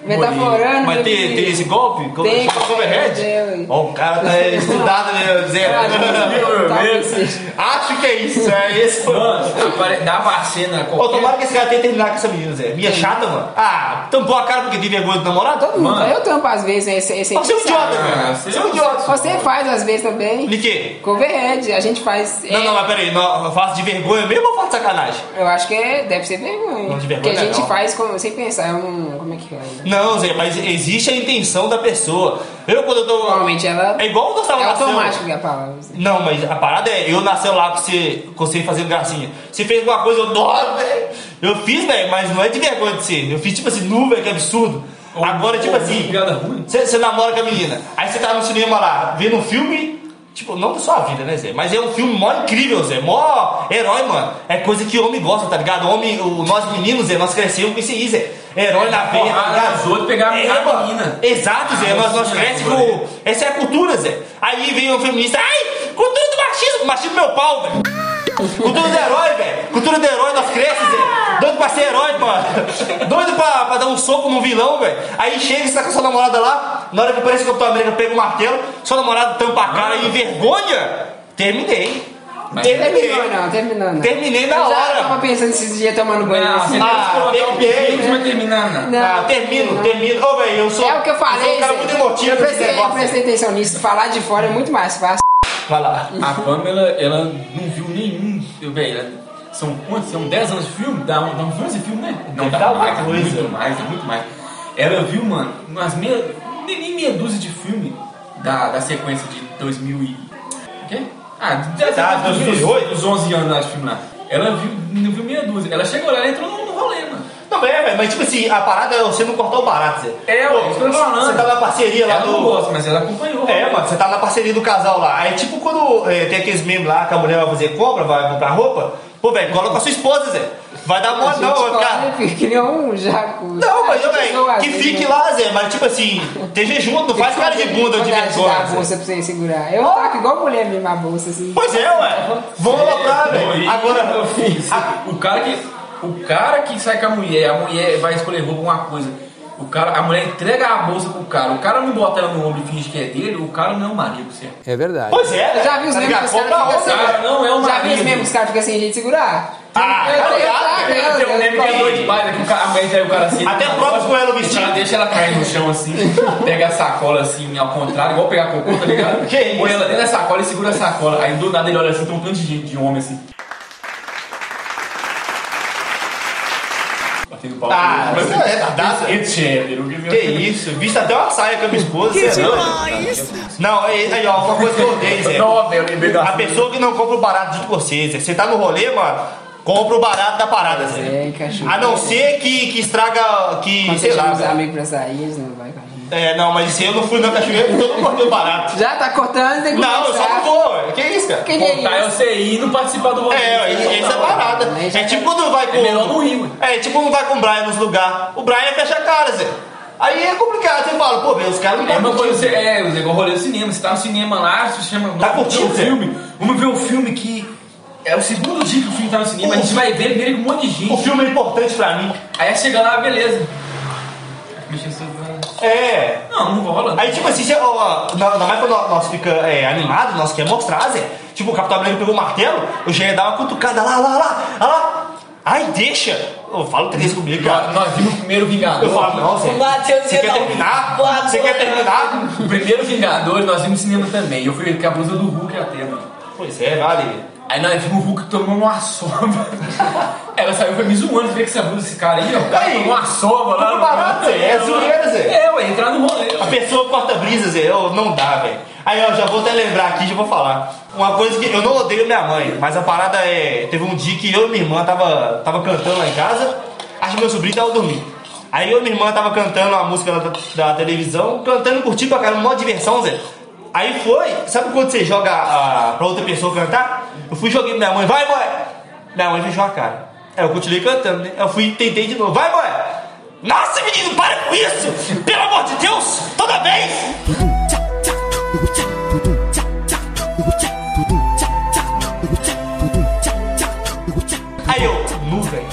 S4: Metaforando.
S5: É? Mas
S4: meu
S5: tem, tem
S4: querido.
S5: esse golpe?
S4: Tem,
S5: Chama
S4: tem.
S5: Coverhead? Ó, o cara tá estudado, né, Zé?
S4: Ah, gente, tá nesse-
S5: Acho que é isso, é esse foi.
S3: Mano, apare- dava a cena
S5: Ô,
S3: qualquer.
S5: tomara que esse cara tenha terminar com essa menina, Zé. Minha chata, mano. Ah, tampou a cara porque tem vergonha do namorado?
S4: Todo mundo.
S3: Mano.
S4: Eu tampo às vezes, né? Esse, esse-
S5: Você é um idiota,
S3: Ah,
S5: cara.
S3: você
S5: Você é um idiota.
S4: Você faz às vezes também.
S5: De quê?
S4: Coverhead, a gente faz.
S5: Não,
S4: é,
S5: não, mas peraí, não, eu faço de vergonha mesmo ou faço de sacanagem?
S4: Eu acho que é, deve ser vergonha.
S5: Não, de vergonha
S4: que a gente
S5: não.
S4: faz com- sem pensar, é um. Como é que é ainda?
S5: Não, Zé, mas existe a intenção da pessoa. Eu quando eu tô.
S4: Normalmente ela.
S5: É igual eu gostava
S4: É
S5: na célula.
S4: automático que é a palavra.
S3: né?
S4: assim.
S5: Não, mas a parada é, eu na celular com você, com você fazendo gracinha. Você fez alguma coisa, eu, nossa, velho. Eu fiz, velho, mas não é de vergonha de ser. Eu fiz tipo assim, nu, velho, que absurdo. Agora, tipo assim,
S3: Piada ruim.
S5: Você, você namora com a menina, aí você tá no cinema lá, vendo um filme, tipo, não da sua vida, né, Zé? Mas é um filme mó incrível, Zé, mó herói, mano. É coisa que homem gosta, tá ligado? Homem, o, nós meninos, Zé, nós crescemos com isso aí, Zé. Herói na veia, tá
S3: Porrada nos
S5: ligado? É,
S3: outros, pegar a
S5: mano.
S3: menina.
S5: Exato, Zé,
S3: Ah,
S5: nós, nós
S3: sim,
S5: crescemos
S3: agora.
S5: com... Essa é a cultura, Zé. Aí vem um feminista, ai, cultura do machismo, machismo é meu pau, velho. Cultura do herói, velho. Cultura do herói, nós crescemos, velho. Doido pra ser herói, mano. Doido pra, pra dar um soco num vilão, velho. Aí chega, você tá com sua namorada lá. Na hora que aparece o Capitão América, pega o martelo. Sua namorada tampa a cara e envergonha. Terminei. Terminei.
S4: Terminou, é não, terminou. Não.
S5: Terminei na
S4: Eu já
S5: hora.
S4: tava pensando esses dias tomando banho
S3: Não,
S4: assim.
S3: você
S5: Ah,
S3: ah, tem que
S5: bem, bem.
S3: não vai terminar, não.
S4: Não,
S5: Ah, termino, termino. Ô, velho, eu sou.
S4: É o que eu falei.
S5: sou um cara
S4: Zé.
S5: muito emotivo
S4: eu
S5: nesse
S4: prestei, eu
S5: negócio. assim.
S4: prestei atenção nisso. Falar de fora é muito mais fácil.
S5: Vai lá.
S3: A Pamela, ela não viu nenhum. Velho, ela- são quantos? São 10 anos de filme? Dá, um, dá uns 11 filmes, né? Não,
S5: Deve
S3: dá
S5: dar
S3: mais, dá
S5: alguma coisa.
S3: muito mais, dá muito mais. Ela viu, mano, umas meia. Nem nem meia dúzia de filme da, da sequência de 2000 e. O quê? Ah, de 10
S5: Tá,
S3: anos,
S5: 2008.
S3: Os 11 anos lá de filme lá. Ela viu, não viu meia dúzia. Ela chegou lá, ela entrou no, no rolê, mano.
S5: Não, é, velho, mas tipo assim, a parada é você não cortar o barato, Zé.
S3: É,
S5: Pô,
S3: ué, isso que eu tô falando.
S5: Você tá na parceria lá
S3: Ela
S5: do.
S3: não gosta, mas ela acompanhou.
S5: É, mano, você tá na parceria do casal lá. Aí, tipo, quando é, tem aqueles memes lá que a mulher vai fazer compra, vai comprar roupa, pô, velho, cola com a sua esposa, Zé. Vai dar mole, não, vai ficar.
S4: Fica que nem um jaco.
S5: Não, mas, ô,
S4: Acho que zoa
S5: velho,
S4: às
S5: que
S4: vezes,
S5: fique
S4: né?
S5: lá, Zé, mas, tipo assim, tem jejum, não faz cara de bunda de
S4: Vontade dar a
S5: vergonha. assim. Zé.
S4: bolsa pra você segurar. Eu taco igual mulher mesmo a bolsa, assim.
S5: Pois é, ué. Vamos aloprar,
S3: Não, e-
S5: velho. Agora,
S3: Ah, o cara que o cara que sai com a mulher, a mulher vai escolher roupa uma coisa. O cara, a mulher entrega a bolsa pro cara. O cara não bota ela no ombro e finge que é dele, o cara não é o marido, certo?
S9: É verdade.
S5: pois é.
S4: Eu já vi os
S5: tá
S4: memes que
S5: ligado?
S4: os caras
S5: Compra
S4: ficam
S5: roupa,
S4: sem.
S3: cara não é um
S4: Já vi os
S3: marido.
S4: memes que os caras ficam sem jeito de segurar.
S5: Ah,
S4: Eu- eu-
S5: tá ligado,
S4: eu- eu- eu-
S3: Tem um
S4: eu-
S3: meme que é doido de baile, que o cara- a mulher entrega o cara assim.
S5: Até prova com ela o vestido.
S3: Ela deixa ela cair no chão assim, pega a sacola assim, ao contrário, igual pegar cocô, tá ligado?
S5: Que isso?
S3: Põe ela dentro da sacola e segura a sacola. Aí do nada ele olha assim, tem um tanto de, de homem assim. Batendo palma.
S5: Ah, isso é, tá dado. Que
S3: Que
S5: isso, viste até uma saia com a minha esposa, Zé. não. Não, e- aí, ó, uma coisa que eu odeio, Zé.
S3: Não, velho, eu lembrei da
S5: A pessoa que não compra o barato de você, Zé. Você tá no rolê, mano, compra o barato da parada,
S4: É,
S5: Zé.
S4: encaixou.
S5: A não ser que, que estraga, que,
S4: Quando
S5: sei
S4: você
S5: lá,
S4: chama os
S5: velho.
S4: amigos pra sair, eles não vai com a gente.
S5: É, não, mas se eu não fui na cachoeira, então eu não cortei o barato.
S4: Já tá cortando, tem que
S5: Não, eu só
S4: começar.
S5: não vou, ué. que isso, cara?
S4: Quem que
S3: Contar
S4: é
S3: é
S4: isso?
S3: você ir e não participar do rolê.
S5: É, ué, essa é a parada. É tipo quando vai com...
S3: É melhor não ir, ué.
S5: É, tipo quando vai com o Brian nos lugares. O Brian fecha a cara, Zé. Aí é complicado, você fala, pô, meu, os caras não
S3: É uma
S5: tá
S3: coisa, você, é, é igual rolê do cinema. Você tá no cinema lá, você chama.
S5: Tá
S3: vamos ver
S5: curtindo,
S3: um
S5: Zé?
S3: filme. Vamos ver um filme que. É o segundo dia que o filme tá no cinema, a gente vai ver ele vira com um monte de
S5: O
S3: gente.
S5: filme é importante pra mim.
S3: Aí chega lá, beleza. Mexendo sobre-
S5: É,
S3: Não, não rola.
S5: Aí, tipo assim, cê, ó, ó, na- ainda mais quando nós fica é, animado, nós quer mostrar, Zé. Tipo, o Capitão América pegou o martelo, eu já ia dar uma cutucada lá, lá, lá, lá, lá. Ai, deixa! Eu falo três comigo,
S3: Nós,
S5: cara.
S3: nós vimos o primeiro Vingador.
S5: Eu falo, não, Zé.
S6: Matheus,
S5: Você quer terminar? Você quer terminar?
S3: O primeiro Vingador nós vimos no cinema também. Eu fui com a blusa do Hulk até, mano.
S5: Pois é, vale.
S3: Aí nós vimos o Hulk tomando uma sombra. Era ela saiu foi me zoando, falei que você abusa esse cara aí, ó.
S5: Aí.
S3: Uma sova lá.
S5: Não barato, Zé. É zoeira, Zé.
S3: É, ué, entrar no rolê.
S5: A pessoa porta-brisa, Zé, eu, não dá, velho. Aí eu já vou até lembrar aqui, já vou falar. Uma coisa que eu não odeio minha mãe, mas a parada é. Teve um dia que eu e minha irmã tava, tava cantando lá em casa, acho que meu sobrinho tava dormindo. Aí eu e minha irmã tava cantando a música lá da, da televisão, cantando, curtindo pra caramba, mó diversão, Zé. Aí foi, sabe quando você joga ah, pra outra pessoa cantar? Eu fui e joguei pra minha mãe, vai, boy! Minha mãe fechou a cara. Aí eu continuei cantando, né? Eu fui e tentei de novo. Vai, boy! Nossa, menino, para com isso! Pelo amor de Deus! Toda vez! Aí eu, nu, velho.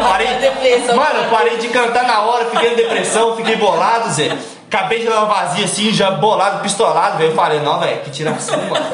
S5: Parei.
S6: Depressão.
S5: Mano, eu parei de cantar na hora, fiquei em depressão, fiquei bolado, Zé. Acabei de dar uma vazia assim, já bolado, pistolado, velho. Eu falei, não, velho, que tiração, mano.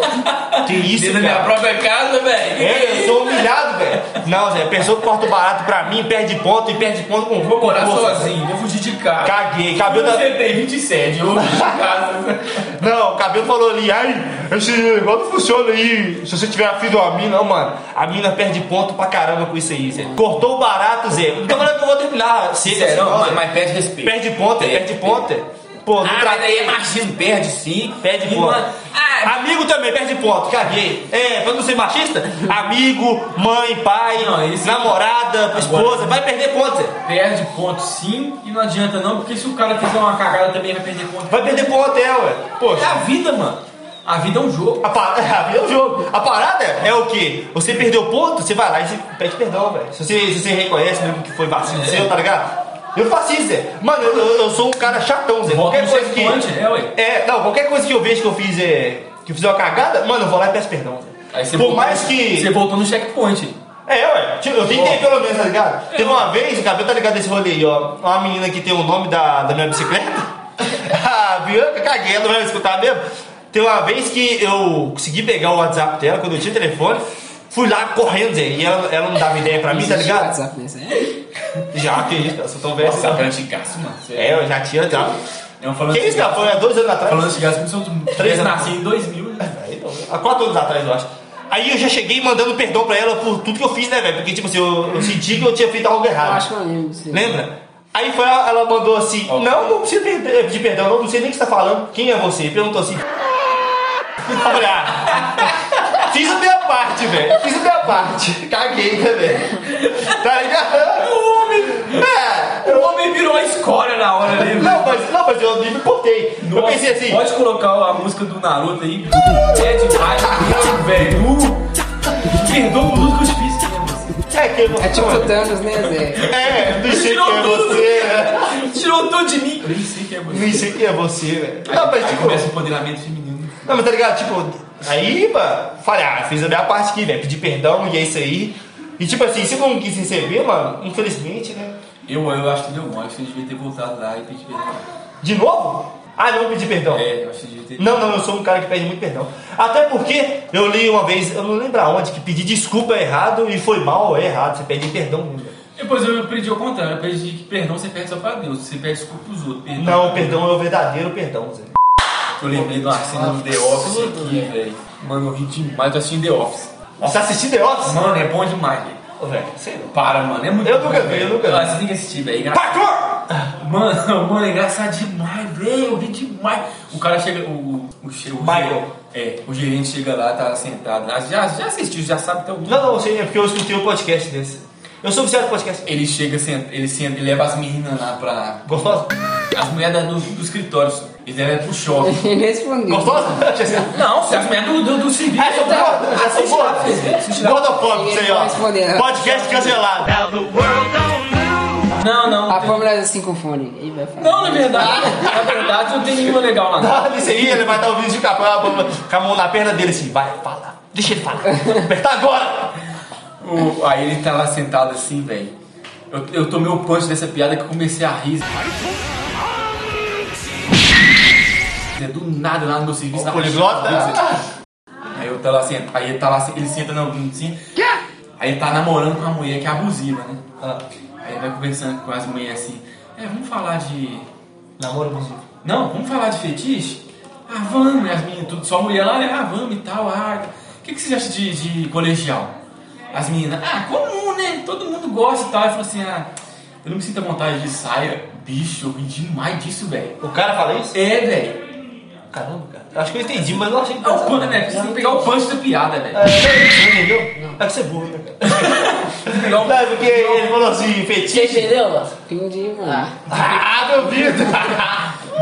S5: Que isso,
S3: Dentro da minha
S5: cara.
S3: própria casa, velho.
S5: É, eu sou humilhado, velho. Não, Zé, pessoa que corta o barato pra mim, perde ponto e perde ponto com
S3: Vou morar
S5: com força.
S3: sozinho, vou fugir de casa.
S5: Caguei,
S3: Eu
S5: cabelo da.
S3: tentei 27, eu vou fugir de casa.
S5: Não, o cabelo falou ali, ai, esse negócio não funciona aí. Se você tiver afim de uma mina, não, mano. A mina perde ponto pra caramba com isso aí, Zé. Cortou o barato, Zé. Então falando que eu vou terminar. Se,
S3: Zé, é, não,
S5: não,
S3: mas,
S5: Zé.
S3: mas perde respeito.
S5: Perde ponto, é, perde ponto. é. Pô, não
S3: Ah,
S5: tra-
S3: mas aí é machismo, perde sim.
S5: Perde
S3: E,
S5: ponto.
S3: mano, Ah,
S5: Amigo também perde ponto, caguei. É, pra não ser machista, amigo, mãe, pai,
S3: Não, isso-
S5: namorada, esposa, vai perder ponto, Zé.
S3: perde ponto sim e não adianta não, porque se o cara fizer uma cagada também vai perder ponto.
S5: Vai perder ponto, é, ué.
S3: É
S5: Poxa.
S3: a vida, mano. A vida é um jogo.
S5: A parada, é o jogo. A parada é o quê? Você perdeu ponto, você vai lá e você pede perdão, velho. Se você, se você reconhece mesmo que foi
S3: É.
S5: vacilo seu, tá ligado? Eu faço isso, Zé. Mano, eu, eu- eu sou um cara chatão, Zé.
S3: Volta
S5: Qualquer
S3: no
S5: coisa que.
S3: checkpoint, né, ué?
S5: É, não, qualquer coisa que eu vejo que eu fiz é. Que eu fiz uma cagada, mano, eu vou lá e peço perdão, Zé.
S3: Aí você
S5: Por
S3: voltou-
S5: mais que.
S3: Você voltou no checkpoint.
S5: É, ué, tipo, eu tentei pelo menos, tá ligado? Teve uma vez, o cabelo tá ligado nesse rolê aí, ó. Uma menina que tem o nome da, da minha bicicleta. a Bianca, caguei, ela não vai escutar mesmo. Tem uma vez que eu consegui pegar o WhatsApp dela, quando eu tinha telefone, fui lá correndo, Zé, e ela, ela não dava ideia pra
S3: é
S5: mim, tá ligado?
S4: WhatsApp nessa
S5: Já, que isso, cara, sou tão velho. assim, não.
S3: antigaço, mano.
S5: É, eu já tinha já.
S3: Não, É falando assim,
S5: Que isso, cara? Foi há dois anos atrás.
S3: Falando assim, antigaço, como se eu
S5: Três
S3: tivesse
S5: anos.
S3: nascido em 2000, né?
S5: Aí não, Há quatro anos atrás, eu acho. Aí eu já cheguei mandando perdão pra ela por tudo que eu fiz, né, velho? Porque, tipo assim, eu, eu senti que eu tinha feito algo
S4: Eu
S5: errado.
S4: acho que eu lembro disso.
S5: Lembra? Aí foi, ela ela mandou assim, não, não precisa perder- pedir perdão, não, não sei nem o que você tá falando, quem é você? Perguntou assim. Olha, fiz a minha parte, velho. Fiz a minha parte. Caguei, né, velho? Tá ligado?
S3: O homem,
S5: É.
S3: o homem virou a escória na hora ali, velho.
S5: Não, mas, não, mas eu me importei. Eu
S3: Nossa,
S5: pensei assim,
S3: Pode colocar a música do Naruto aí. É demais, velho. Perdoa por tudo que eu te fiz, né, moça?
S5: é que eu não
S4: É tipo o Thanos, né, Zé?
S5: É, não sei
S3: Tirou
S5: quem é
S3: tudo.
S5: você, né?
S3: Tirou tudo de mim. Eu nem sei quem é você.
S5: Nem sei quem é você, velho. Não, mas
S3: Aí
S5: tipo,
S3: começa o empoderamento feminino.
S5: Não, mas tá ligado? Tipo, aí, mano, falei, ah, fiz a minha parte aqui, velho. Pedi perdão e é isso aí. E tipo assim, se eu não quis receber, mano, infelizmente, né?
S3: Eu, eu acho que deu bom. Acho que eu devia ter voltado lá e pedir perdão.
S5: De novo? Ah, não pedi perdão.
S3: É, eu acho que devia ter.
S5: Não, não, eu sou um cara que pede muito perdão. Até porque eu li uma vez, eu não lembro aonde, que pedir desculpa é errado e foi mal, é errado. Você pede perdão né? mesmo. velho.
S3: Depois eu aprendi ao contrário. Eu aprendi que perdão você pede só pra Deus. Você pede desculpa pros outros. Perdão.
S5: Não, perdão é o verdadeiro perdão, Zé.
S3: Eu lembrei de uma cena do The Office aqui, velho. Mano, eu ri demais. Eu assisti The Office.
S5: Você assistiu The Office?
S3: Mano, é bom demais, velho.
S5: Ô, velho, sei não.
S3: Para, mano. É muito
S5: Eu
S3: bom,
S5: nunca vi,
S3: velho.
S5: eu nunca vi.
S3: Ah, Você tem que assistir, velho. É engraçado.
S5: Pacor!
S3: Mano, mano, é engraçado demais, velho. Eu ri demais. O cara chega. O, o, o, che- o
S5: Michael.
S3: É, o gerente chega lá, tá sentado. lá. Já, já assistiu, já sabe até o
S5: Não, não, eu sei, é porque eu escutei um podcast desse. Eu sou oficial do podcast.
S3: Ele chega, senta, ele senta, ele leva as meninas lá pra.
S5: Gostosa?
S3: As mulheres do, do escritório. Ele leva pro shopping.
S4: Ele respondeu.
S5: Gostosa?
S3: Não, se as mulheres do, do, do serviço.
S5: Ah, sou gordo, eu sou
S3: Assiste lá, filho,
S5: gordo.
S3: assiste lá.
S5: Gordofóbico, isso aí,
S4: Ninguém vai responder,
S5: ó.
S4: né?
S5: Podcast cancelado.
S3: Não, não.
S4: A Pâmela assim com fone. Ih, vai falar.
S3: Não, na verdade, na verdade não tem nenhuma legal lá. não.
S5: Isso aí, ele vai dar o vídeo de capão, com a mão na perna dele assim, vai, fala. Deixa ele falar. Apertar agora.
S3: O- aí ele tá lá sentado assim, velho. Eu, eu tomei o punch dessa piada que eu comecei a rir. É, Do nada lá no meu serviço.
S5: Ó,
S3: na frente do
S5: poliglota.
S3: serviço. Aí eu tá lá sentado, aí ele tá lá, ele senta na assim. Aí ele tá namorando com uma mulher que é abusiva, né?
S5: Ah,
S3: Aí ele vai conversando com as mulheres assim. É, vamos falar de.
S5: Namoro abusivo.
S3: Não, vamos falar de fetiche? Ah, vamos, e as meninas, tudo, só mulher lá, né? Ah, vamos e tal, ah. O que, que você acha de, de colegial? As meninas, ah, comum, comum, né? Todo mundo gosta e tal. E fala assim, ah, eu não me sinto à vontade de saia. Bicho, eu ri demais disso, velho.
S5: O cara fala isso?
S3: É, velho.
S5: Caramba, cara. Eu Acho que eu entendi, mas eu achei que
S3: É o punch, né? Precisa pegar o punch da piada, velho.
S5: É, você entendeu? É que você é burro, né, cara?
S3: Pegar o-
S5: Não, é porque ele falou assim, fetiche.
S6: Você entendeu, Léo?
S4: Entendi, um mano.
S5: Ah, meu vida!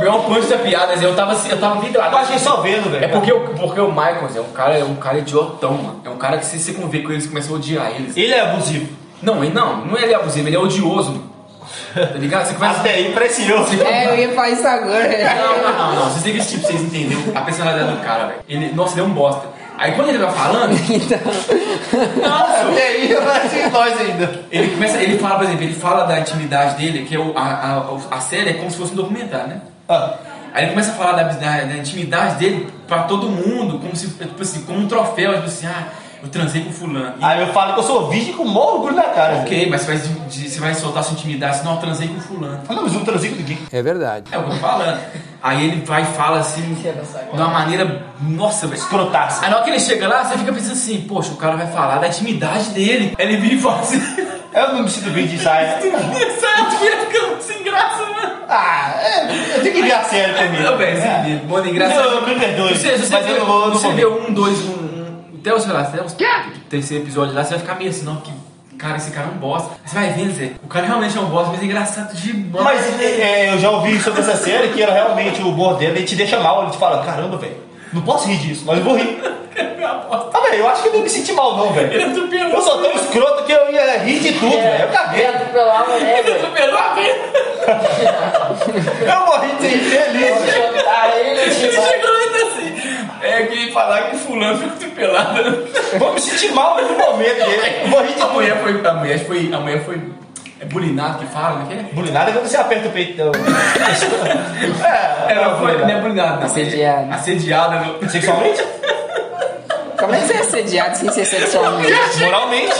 S3: Pegar o punch da piada, Zé. eu tava assim, eu tava vidrado.
S5: Eu achei só vendo, velho.
S3: É porque, o- porque o Michael é um cara, é um cara idiotão, mano. É um cara que se você conviver com eles, começa a odiar eles.
S5: Ele é abusivo.
S3: Não, ele não, não é ele abusivo, ele é odioso, mano. Tá ligado? Você começa.
S5: Até aí impressionou.
S4: É, eu ia falar isso agora.
S3: Não, não, não, não. Vocês têm que tipo, vocês entenderam a personalidade do cara, velho. Ele, nossa, ele é um bosta. Aí quando ele vai falando,
S5: E aí, eu achei nós ainda.
S3: ele começa, ele fala, por exemplo, ele fala da intimidade dele, que é o- a, a, a série é como se fosse um documentário, né?
S5: Ah,
S3: Aí ele começa a falar da, da, da intimidade dele pra todo mundo, como se, tipo assim, como um troféu, tipo assim, ah, eu transei com fulano. E-
S5: aí eu falo que eu sou virgem com o maior orgulho na cara.
S3: ok, mas você vai, de- de- você vai soltar sua intimidade, senão eu transei com fulano.
S5: Ah, não, mas um transigo de gay.
S4: É verdade.
S3: É o que eu tô falando. Aí ele vai e fala assim,
S6: Chega, sai.
S3: de uma maneira, nossa, velho. tipo,
S5: Escrotaça.
S3: Aí na hora que ele chega lá, você fica pensando assim, poxa, o cara vai falar da intimidade dele. Aí ele vira e fala assim,
S5: É,
S3: é
S5: Eu não me sinto bem de saia.
S3: essa filha fica sem graça, mano.
S5: Ah, é, eu tenho que ligar sério comigo.
S3: né?" Não, velho,
S5: É.
S3: assim, mano, engraçado.
S5: Não, me perdoe,
S3: Ou seja, você
S5: mas
S3: vê,
S5: eu não vou- não
S3: você
S5: vou
S3: vê um, dois, um, um até o, sei lá, até o terceiro episódio lá, você vai ficar meio assim, não, que cara, esse cara é um bosta. Você vai vendo, Zé, o cara realmente é um bosta, mas é engraçado demais.
S5: Mas é, eu já ouvi sobre essa série que era realmente o humor dele, ele te deixa mal, ele te fala, caramba, velho, não posso rir disso, mas eu vou rir. Ah, velho, eu acho que eu não me senti mal não, velho.
S3: Ele atropelou.
S5: Eu sou tão escroto que eu ia rir de
S3: É.
S5: tudo, velho. Eu
S6: Ele
S5: caguei.
S6: atropelou a mulher,
S3: Ele
S6: velho.
S3: atropelou a vida.
S5: Eu morri de ser feliz.
S6: Aí ele
S3: Ele
S6: te
S3: chegou ainda assim. É que falar que fulano ficou atropelado.
S5: Vou me sentir mal no momento
S3: é
S5: dele. Eu Morri de
S3: A
S5: tudo.
S3: mulher foi. A mulher foi. A mulher foi. É bulinada que fala, né?
S5: Bulinada é quando você aperta o peito. então.
S3: Que é? Ela foi. Não é bulinada, não.
S4: Assediada.
S3: Assediada. no-
S5: Sexualmente?
S4: Como é que você é assediado sem ser sexualmente?
S5: Moralmente?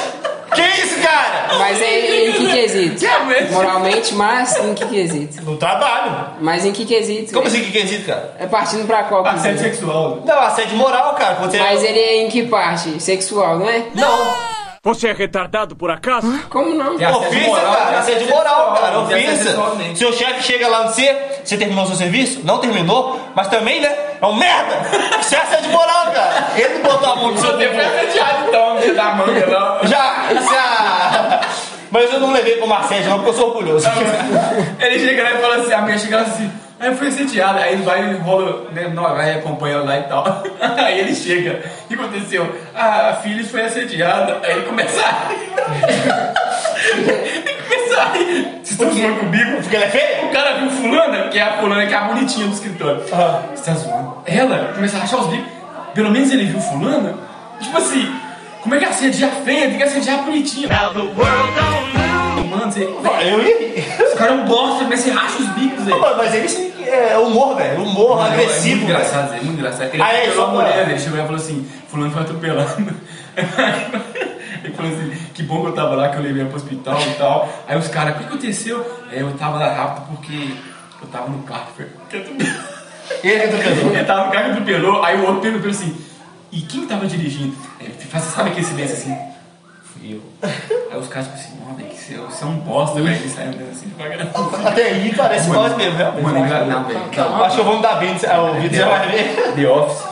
S5: Que isso, cara?
S4: Mas é em que quesito?
S3: Que mulher-
S4: Moralmente, mas em que quesito?
S5: No trabalho.
S4: Mas em que quesito?
S5: Como assim que é isso, cara?
S4: É partindo pra qual
S3: Assédio
S4: quesito?
S3: sexual. né?
S5: Não, assédio moral, cara. Quando você...
S4: Mas ele é em que parte? Sexual, não é?
S5: Não.
S4: Como não?
S3: É assédio
S5: Ofensa,
S3: moral,
S5: cara.
S3: né?
S5: Assédio moral,
S3: sexual,
S5: cara.
S3: não tem assédio
S5: Ofensa.
S3: sexualmente.
S5: Seu chefe chega lá no C, você terminou seu serviço? Não terminou, mas também, né? É um merda. Isso é assédio moral, cara. Ele não botou a mão no seu
S3: Seu tempo é assediado, então, de dar manga, não.
S5: Já, já. Mas eu não levei pro Marcelo, não, porque eu sou orgulhoso.
S3: Ele chega lá e fala assim, a mulher chega lá assim. Aí eu fui assediada, aí ele vai e rola, né, não, vai acompanhando lá e tal. Aí ele chega, o que aconteceu? Ah, a filha foi assediada, aí ele começa a rir. ele começa a rir. Vocês estão zoando comigo?
S5: Porque ele é feio?
S3: O cara viu fulana, que é a fulana que é a bonitinha do escritório.
S5: Aham.
S3: Você tá zoando? Ela começa a rachar os bicos. Pelo menos ele viu fulana. Tipo assim, como é que assediar feia? Tem que assediar a bonitinha. Mano, você...
S5: Eu ia.
S3: Esse cara é um bosta, mas você racha os bicos, velho.
S5: Pô, Mas ele é humor, velho. Humor agressivo.
S3: É muito
S5: velho.
S3: engraçado, Zé, é muito engraçado. Ele
S5: Aí,
S3: atropelou a
S5: só pra-
S3: mulher, ele chegou e falou assim, fulano foi atropelando. Ele falou assim, que bom que eu tava lá, que eu levei ela pro hospital e tal. Aí os caras, o que aconteceu? É, eu tava lá rápido porque eu tava no carro. foi- que atropelou."
S5: Ele é que eu tô cantando.
S3: Ele tava no carro que atropelou, aí o outro perguntou assim, e quem que tava dirigindo? Ele faz, sabe aquele silêncio assim? Fui eu. Aí os caras tipo assim, ó, velho, que você você é um bosta, velho. Ele saiu andando assim devagar.
S5: Até aí parece nós mesmo, né? realmente.
S3: Mano, enganado, velho.
S5: Não, Acho que eu vou me dar bem ao ouvido, você vai ver.
S3: The Office.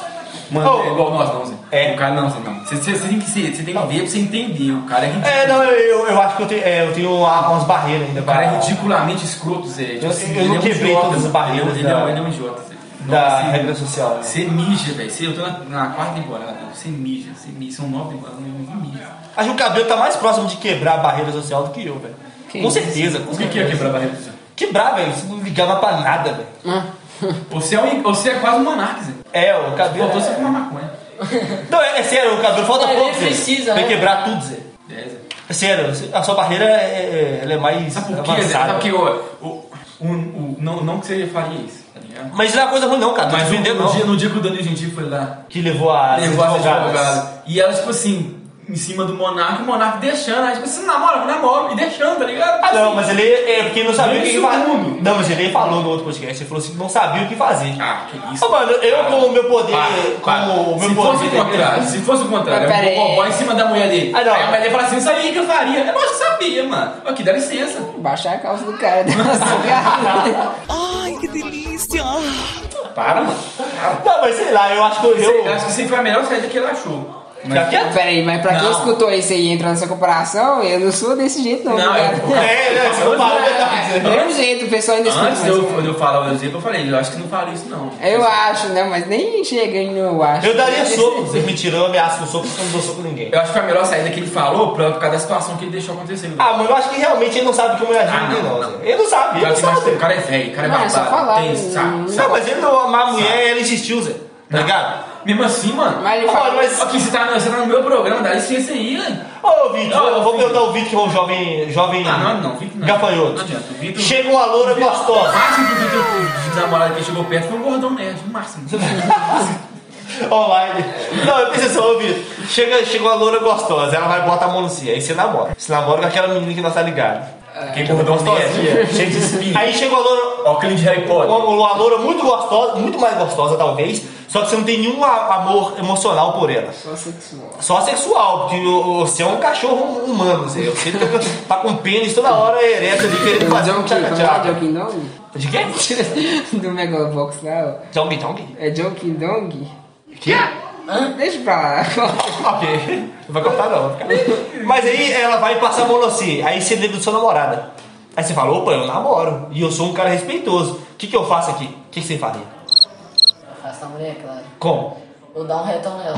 S3: Mano,
S5: Oh.
S3: é igual nós não, Zé.
S5: É.
S3: O cara não, Zé, não. Você, você- você tem que ser, você tem que ver pra você entender. O cara é ridículo.
S5: É, não, eu, eu acho que eu tenho, é, eu tenho uma- umas barreiras ainda.
S3: O cara é ridiculamente escroto, Zé. Tipo
S5: Eu-
S3: assim,
S5: eu
S3: ele
S5: não
S3: é um
S5: quebrei
S3: idiota,
S5: todas as
S3: Zé.
S5: barreiras
S3: Ele, é um-
S5: da-
S3: ele é um idiota, Zé.
S5: Da
S3: Nossa,
S5: regra social. né?
S3: Você mija, velho. Você- Eu tô na, na quarta temporada. Você mija, você mija. São nove temporadas, não mija.
S5: Acho que o cabelo tá mais próximo de quebrar a barreira social do que eu, velho. Com certeza. com
S3: O que, que é
S5: certeza.
S3: quebrar a barreira do Zé?
S5: Quebrar, velho. Você não ligava pra nada, velho.
S3: Você é, um, você é quase um monarca, Zé.
S5: É, o cabelo.
S3: Voltou você fumar maconha.
S5: Não, é, é sério, o cabelo falta
S6: É,
S5: pouco,
S6: nem
S5: Zé.
S6: precisa,
S5: Vai
S6: né?
S5: quebrar tudo, Zé.
S3: É, Zé.
S5: É sério, a sua barreira é, é- ela é mais
S3: Sabe por quê, Zé?
S5: avançada.
S3: Sabe que o, o, o, o, não, não que você faria isso, tá ligado?
S5: Mas não é coisa ruim não, cara. Mas
S3: Mas Ah, no,
S5: vendendo
S3: no
S5: não.
S3: dia, no dia que o Dani Gentil foi lá
S5: Que levou a...
S3: levou a advogada. E ela, tipo assim, em cima do Monark, o Monark deixando. Aí, tipo, você não namora? Eu namoro. E deixando, tá ligado? Assim.
S5: Não, mas ele é porque ele não sabia o que
S3: Isso
S5: fazer.
S3: tudo.
S5: Não, mas ele falou no outro podcast, ele falou assim que não sabia o que fazer.
S3: Ah, que isso.
S5: Ô, mano, eu com o meu poder.
S3: Para, para.
S5: Com o meu
S3: se fosse o
S5: poder.
S3: contrário, se fosse o contrário,
S4: Mas pera
S3: é
S4: aí.
S3: um bobó em cima da mulher dele.
S5: Ah, não.
S3: Aí a mulher dele fala assim, eu sabia que eu faria. Eu acho que sabia, mano. Aqui, dá licença.
S4: Baixar a calça do cara, dar uma sugada.
S3: Para, mano.
S5: Não, mas sei lá, eu acho que eu.
S3: Eu acho que sempre foi a melhor saída que ele achou.
S5: Já que é.
S4: Peraí, mas pra quem
S3: Não.
S4: escutou isso aí e entrou nessa comparação, eu não sou desse jeito, não.
S3: Não,
S4: cara.
S3: eu-
S5: É, né? Você não parou de dar-
S4: Do mesmo jeito, o pessoal ainda escuta.
S3: Antes de
S4: mas-
S3: eu, de eu falar o exemplo, eu falei, é né? eu acho que não faria isso, não.
S4: Eu acho, né? Mas nem chega ainda, eu acho.
S5: Eu daria soco, você me tirou, ameaça com soco, eu não dou soco com ninguém.
S3: Eu acho que foi a melhor saída que ele falou pra- por causa da situação que ele deixou acontecer.
S5: Ah, mano, eu acho que realmente ele não sabe como eu agir
S3: Ah,
S5: com
S3: não,
S5: nós.
S3: não.
S5: Ele não sabe,
S3: o,
S5: ele
S3: cara
S5: não
S3: tem mais- o
S5: sabe.
S3: cara é velho, o cara é
S4: Não, é
S3: barbado.
S4: só falar,
S3: tem, tá,
S4: hum,
S3: sabe,
S5: Não,
S3: sabe.
S5: mas ele não amar a mulher, ele existiu, Zé. Tá ligado?
S3: Mesmo assim, mano.
S4: Mas ele
S5: Ô,
S4: fala.
S5: mano, mas.
S3: Aqui, você tá, você tá no meu programa, dá licença aí, velho.
S5: Ô, Vitor,
S3: Não,
S5: eu vou
S3: filho.
S5: perguntar o Vitor que é um jovem. jovem
S3: Ah, não, não, Vitor não.
S5: Gafanhoto.
S3: Não adianta, o Vitor-
S5: Chega uma loura
S3: O
S5: gostosa.
S3: máximo que o Vitor de namorado que chegou perto foi um gordão nerd, o máximo.
S5: Online. Não, eu pensei só, ô, Vitor. Chega, chega uma loura gostosa, ela vai botar a mão no si. Aí você namora. Você namora com aquela menina que nós tá ligado.
S3: Aquele gordão
S5: Gostosinha,
S3: nerd, cheio de espinho.
S5: Aí chega uma loura.
S3: então Ó, clima de Harry Potter.
S5: Uma, uma loura muito gostosa, muito mais gostosa talvez, só que você não tem nenhum a- amor emocional por ela.
S4: Sou sexual.
S5: Só sexual, porque o- o- você é um cachorro humano, Zé. Você tá, tá com pênis toda hora ereto ali querendo fazer um
S4: John King, vamos falar de
S5: tchaca-tchaca.
S4: Joking Dong?
S5: De quê?
S4: Do Megalobox lá, ó.
S5: Tongue Tongue?
S4: É Joking Dong?
S5: Que?
S4: Hã? Deixa pra lá.
S5: Ok. Não vai cortar não, vai ficar. Mas aí ela vai passar a mão no si, aí você lembra do seu namorada. Aí você fala, opa, eu namoro. E eu sou um cara respeitoso. O que, que eu faço aqui? O que, que você faria?
S6: Afasta a mulher, claro.
S5: Como?
S6: Ou dá um retão nela.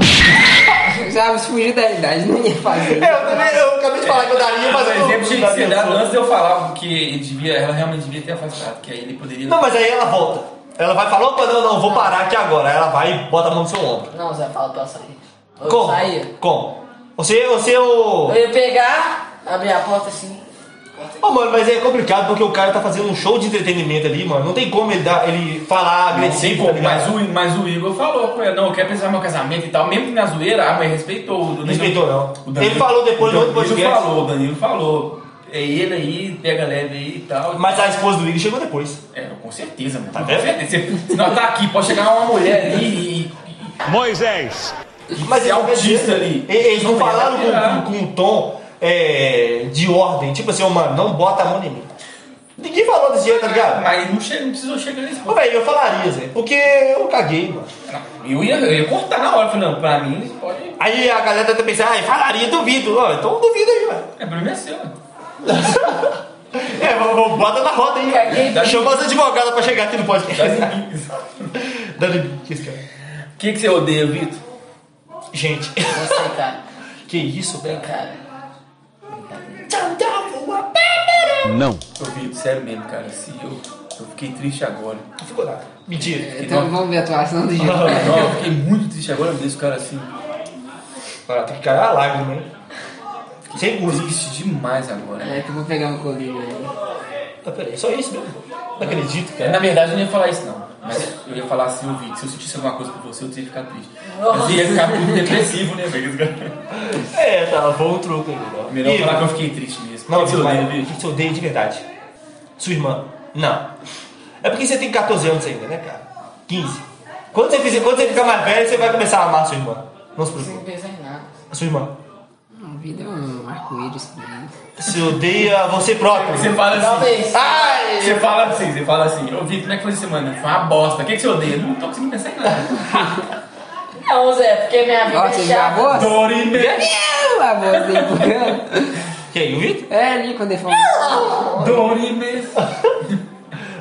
S4: Já me fugi da idade, não ia fazer.
S5: eu também, eu acabei de falar que eu daria,
S3: Mas o exemplo tinha que ser dado
S5: não,
S3: antes de eu falar que ele devia, ela realmente devia ter afastado, que aí ele poderia.
S5: não, mas aí ela volta. Ela vai falar, opa, não, não, vou parar aqui agora. Aí Ela vai e bota a mão no seu ombro.
S6: Não, Zé, fala pra ela sair. Ou eu
S5: Como?
S6: saía.
S5: Como? Você, você é o.
S6: Eu ia pegar, abrir a porta assim.
S5: Ô, mano, mas é complicado porque o cara tá fazendo um show de entretenimento ali, mano. Não tem como ele, dar, ele falar
S3: Não sei
S5: agressivo,
S3: como,
S5: tá
S3: mas
S5: ligado?
S3: o, mas o Igor falou com ela, não, eu quero pensar no meu casamento e tal. Mesmo que na zoeira, a mãe respeitou. O Danilo-
S5: Respeitou, não.
S3: O Danilo-
S5: Ele falou depois
S3: o
S5: no outro
S3: Danilo
S5: podcast.
S3: falou, o Danilo falou. É ele aí, pega leve aí e tal.
S5: Mas a esposa do Igor chegou depois.
S3: É, com certeza, mano.
S5: Tá
S3: com
S5: vendo?
S3: certeza. Se nós tá aqui, pode chegar uma mulher ali e.
S1: Moisés!
S5: Mas
S3: Esse
S5: ele não quer
S3: é autista
S5: dizer- né?
S3: ali.
S5: e- Eles não
S3: Não é ia
S5: falaram
S3: virar.
S5: com, com, com um tom é, de ordem. Tipo assim, ô, mano, não bota a mão em mim. Ninguém falou desse jeito, tá ligado?
S3: Mas não, chega, não precisou chegar nesse
S5: Ô,
S3: ponto.
S5: velho, eu falaria, Zé. Porque eu caguei, mano.
S3: Eu ia, eu ia cortar na hora, falando, pra mim, pode.
S5: Aí a galera tá pensando, ai, falaria, duvido. Ó, então duvido aí, velho.
S3: É, problema é seu.
S5: É, vou- vou- bota na roda aí.
S6: Caguei.
S5: Dá- Chama as advogadas pra chegar aqui no podcast.
S3: O
S5: Dando que isso, cara.
S3: que, que você odeia, Vitor?
S5: Gente,
S6: Você, cara.
S5: que isso, velho.
S6: Brincadeira.
S1: Não.
S3: Ô, Vitor, sério mesmo, cara. Se eu, eu fiquei triste agora.
S5: Ficou nada. Mentira.
S4: Então vamos ver a atuação do
S3: Não,
S4: João.
S3: não, eu fiquei muito triste agora, eu desse cara assim.
S5: Ah, tem que cair a lágrima, hein? Sem gosto.
S3: Triste demais agora.
S4: É que eu vou pegar um colírio aí.
S5: Ah, peraí, só isso mesmo? Não acredito,
S3: É,
S5: cara.
S3: Na verdade, eu não ia falar isso, não. Mas eu ia falar assim, ô, Vitor, se eu sentisse alguma coisa por você, eu teria ficado triste. Mas eu ia ficar muito depressivo, né, velho?
S5: É, tá, foi um truque aí, ó.
S3: Melhor
S5: Ih,
S3: eu falar que eu fiquei triste mesmo.
S5: Não,
S3: O que que
S5: você
S3: você
S5: vai.
S3: odeia,
S5: O que
S3: Vitor?
S5: que você odeia de verdade? Sua irmã? Não. É porque você tem 14 anos ainda, né, cara? 15. Quando você, fizer, quando você ficar mais velho, você vai começar a amar sua irmã. Não se preocupe.
S6: Não pensa em nada.
S5: A sua irmã.
S4: A vida é um arco-íris. né?
S5: Você odeia você próprio.
S3: Você fala assim.
S6: Talvez.
S5: Ai!
S3: Você fala assim, você fala assim, ô Vitor, como é que foi essa semana? Foi uma bosta. O que, que você odeia? Não tô conseguindo pensar em nada.
S6: Não, Zé, porque minha vida
S4: Ó,
S6: é
S4: você viu a
S6: chata.
S4: voz?
S3: Dor e medo.
S4: Viu a voz dele bugando?
S5: Que aí, o Vitor?
S4: É ali quando ele fala.
S3: Dor imensa.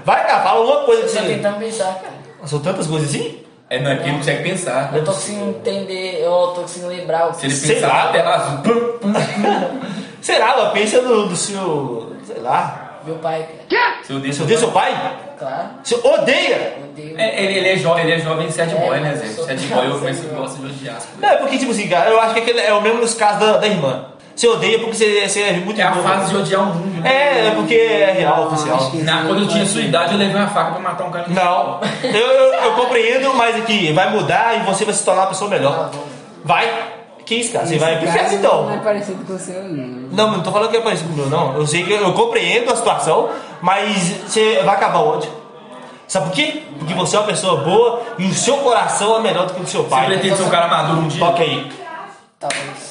S5: Vai, cara, fala uma coisa que
S6: Eu tô
S5: você.
S6: tentando pensar, cara.
S5: São tantas coisas assim?
S3: É, não, é porque ele não consegue pensar.
S6: Eu tô conseguindo entender, eu tô conseguindo lembrar o
S3: Se
S6: que.
S3: ele
S5: Sei
S3: pensar
S5: lá.
S3: na tela azul. pum, pum.
S5: Será? Ela pensa no, do seu. sei lá.
S6: Meu pai, cara.
S3: Você odeia
S5: Você
S3: seu
S5: odeia seu
S3: Deus.
S5: pai?
S6: Claro.
S5: Você odeia!
S6: Eu odeio.
S3: É, ele, ele é jovem, ele é jovem sad
S6: É,
S3: boy, né,
S6: eu
S3: Zé?
S6: sou-
S3: Sad boy, eu
S6: Sad
S3: penso que
S6: boy.
S3: gosta de odiar as coisas.
S5: Não, é porque, tipo assim, cara, eu acho que aquele é o mesmo nos casos da, da irmã. Você odeia porque você, você é muito
S3: É a
S5: novo.
S3: fase de odiar o mundo. né?
S5: É, é porque é real, oficial.
S4: acho que-
S3: Na, quando eu tinha sua idade, eu levei uma faca pra matar um cara.
S5: Não, eu, eu, eu compreendo, mas aqui vai mudar e você vai se tornar uma pessoa melhor. Vai. O quis, cara. Você vai
S4: Esse
S5: pro
S4: caso Não é
S5: então.
S4: parecido com o seu, não.
S5: Não, mas não tô falando que é parecido com o meu, não. Eu sei que eu compreendo a situação, mas você vai acabar o ódio. Sabe por quê? Porque você é uma pessoa boa e o seu coração é melhor do que o do seu
S3: Você
S5: pai.
S3: pretende ser um cara maduro um dia?
S5: Toca aí.
S6: Talvez.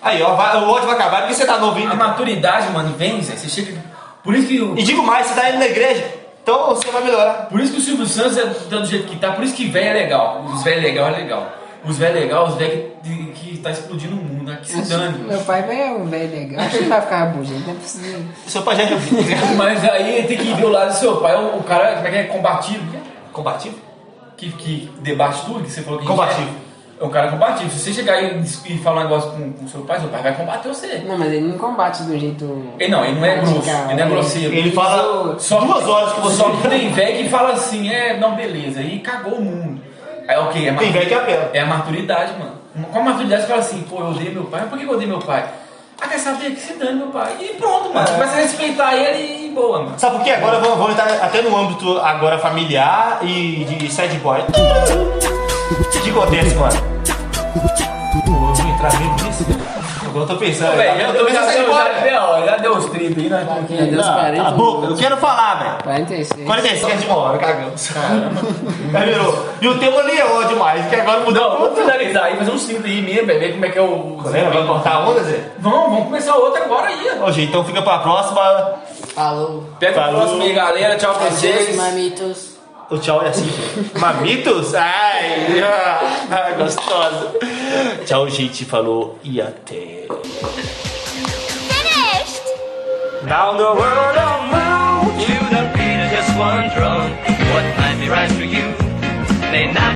S5: Aí, ó, vai- o ódio vai acabar porque você tá novo
S3: A
S5: ainda.
S3: maturidade, mano, vem, Zé. Você chega. Por isso que o.
S5: E digo mais, você tá indo na igreja, então você vai melhorar.
S3: Por isso que o Silvio Santos é tá do jeito que tá, por isso que velho é legal. Os velho legal é legal. Os velho legal, os velho que, que tá explodindo o mundo, né? Que se dane.
S4: Meu pai vai é um velho legal. Acho que ele vai ficar rabugento, não é possível.
S5: Seu pai já é
S3: Mas aí tem que ver o lado do seu pai, o, o cara, como é que é? Combativo, né?
S5: combativo?
S3: que, que debate tudo, que você falou que a gente
S5: Combativo.
S3: É, é um cara combativo. Se você chegar aí e dis- e falar um negócio com, com seu pai, seu pai vai combater você.
S4: Não, mas ele não combate do jeito.
S3: Ele não, ele não é grosso,
S4: radical,
S3: ele não é
S4: né?
S3: grosseiro.
S5: Ele fala
S3: Só
S5: duas horas que você
S3: Só que tem velho que fala assim, é, não, beleza, e cagou o mundo. Aí ok, é
S5: Tem
S3: matu-
S5: velho que apela.
S3: é a maturidade, mano. Com a maturidade você fala assim, pô, eu odeio meu pai, mas por que eu odeio meu pai? Ah, quer saber? Que se dane meu pai. E pronto, mano. Você começa a respeitar ele e boa, mano.
S5: Sabe por quê? Agora vamos, vamos entrar até no âmbito agora familiar e de sad boy. O que acontece, mano? Pô, eu vou entrar mesmo nisso? Agora eu tô pensando.
S3: Velho,
S5: eu
S3: já
S5: tô
S3: deu- já
S5: pensando sad
S3: deu- já
S5: boy.
S3: deu- ó, já deu os 30 aí, né?
S4: Já deu os
S5: Ah,
S4: 40.
S5: Cala a boca, eu quero falar, velho.
S4: 46.
S5: 47 de uma hora, cagamos. Aí É, virou. E o tema nem é ódio mais, que agora mudou.
S3: Não, vamos finalizar aí, fazer uns 30 aí mesmo, velho. Ver como é que é o.
S5: Galera, né, vai cortar a onda, Zé?
S3: Vamos, vamos começar outra agora aí, ó.
S5: Ô, gente, então fica pra próxima.
S6: Falou.
S3: Pega o
S5: Falou.
S3: próximo aí, galera. Tchau pra
S6: Adeus,
S3: vocês.
S6: mamitos.
S5: O tchau é assim, gente. Mamitos? Ai, ah, gostosa. Tchau, gente. Falou e até.
S7: Finished!
S5: Now the world oh, of
S10: To the beat of just one drum, what might be right for you may not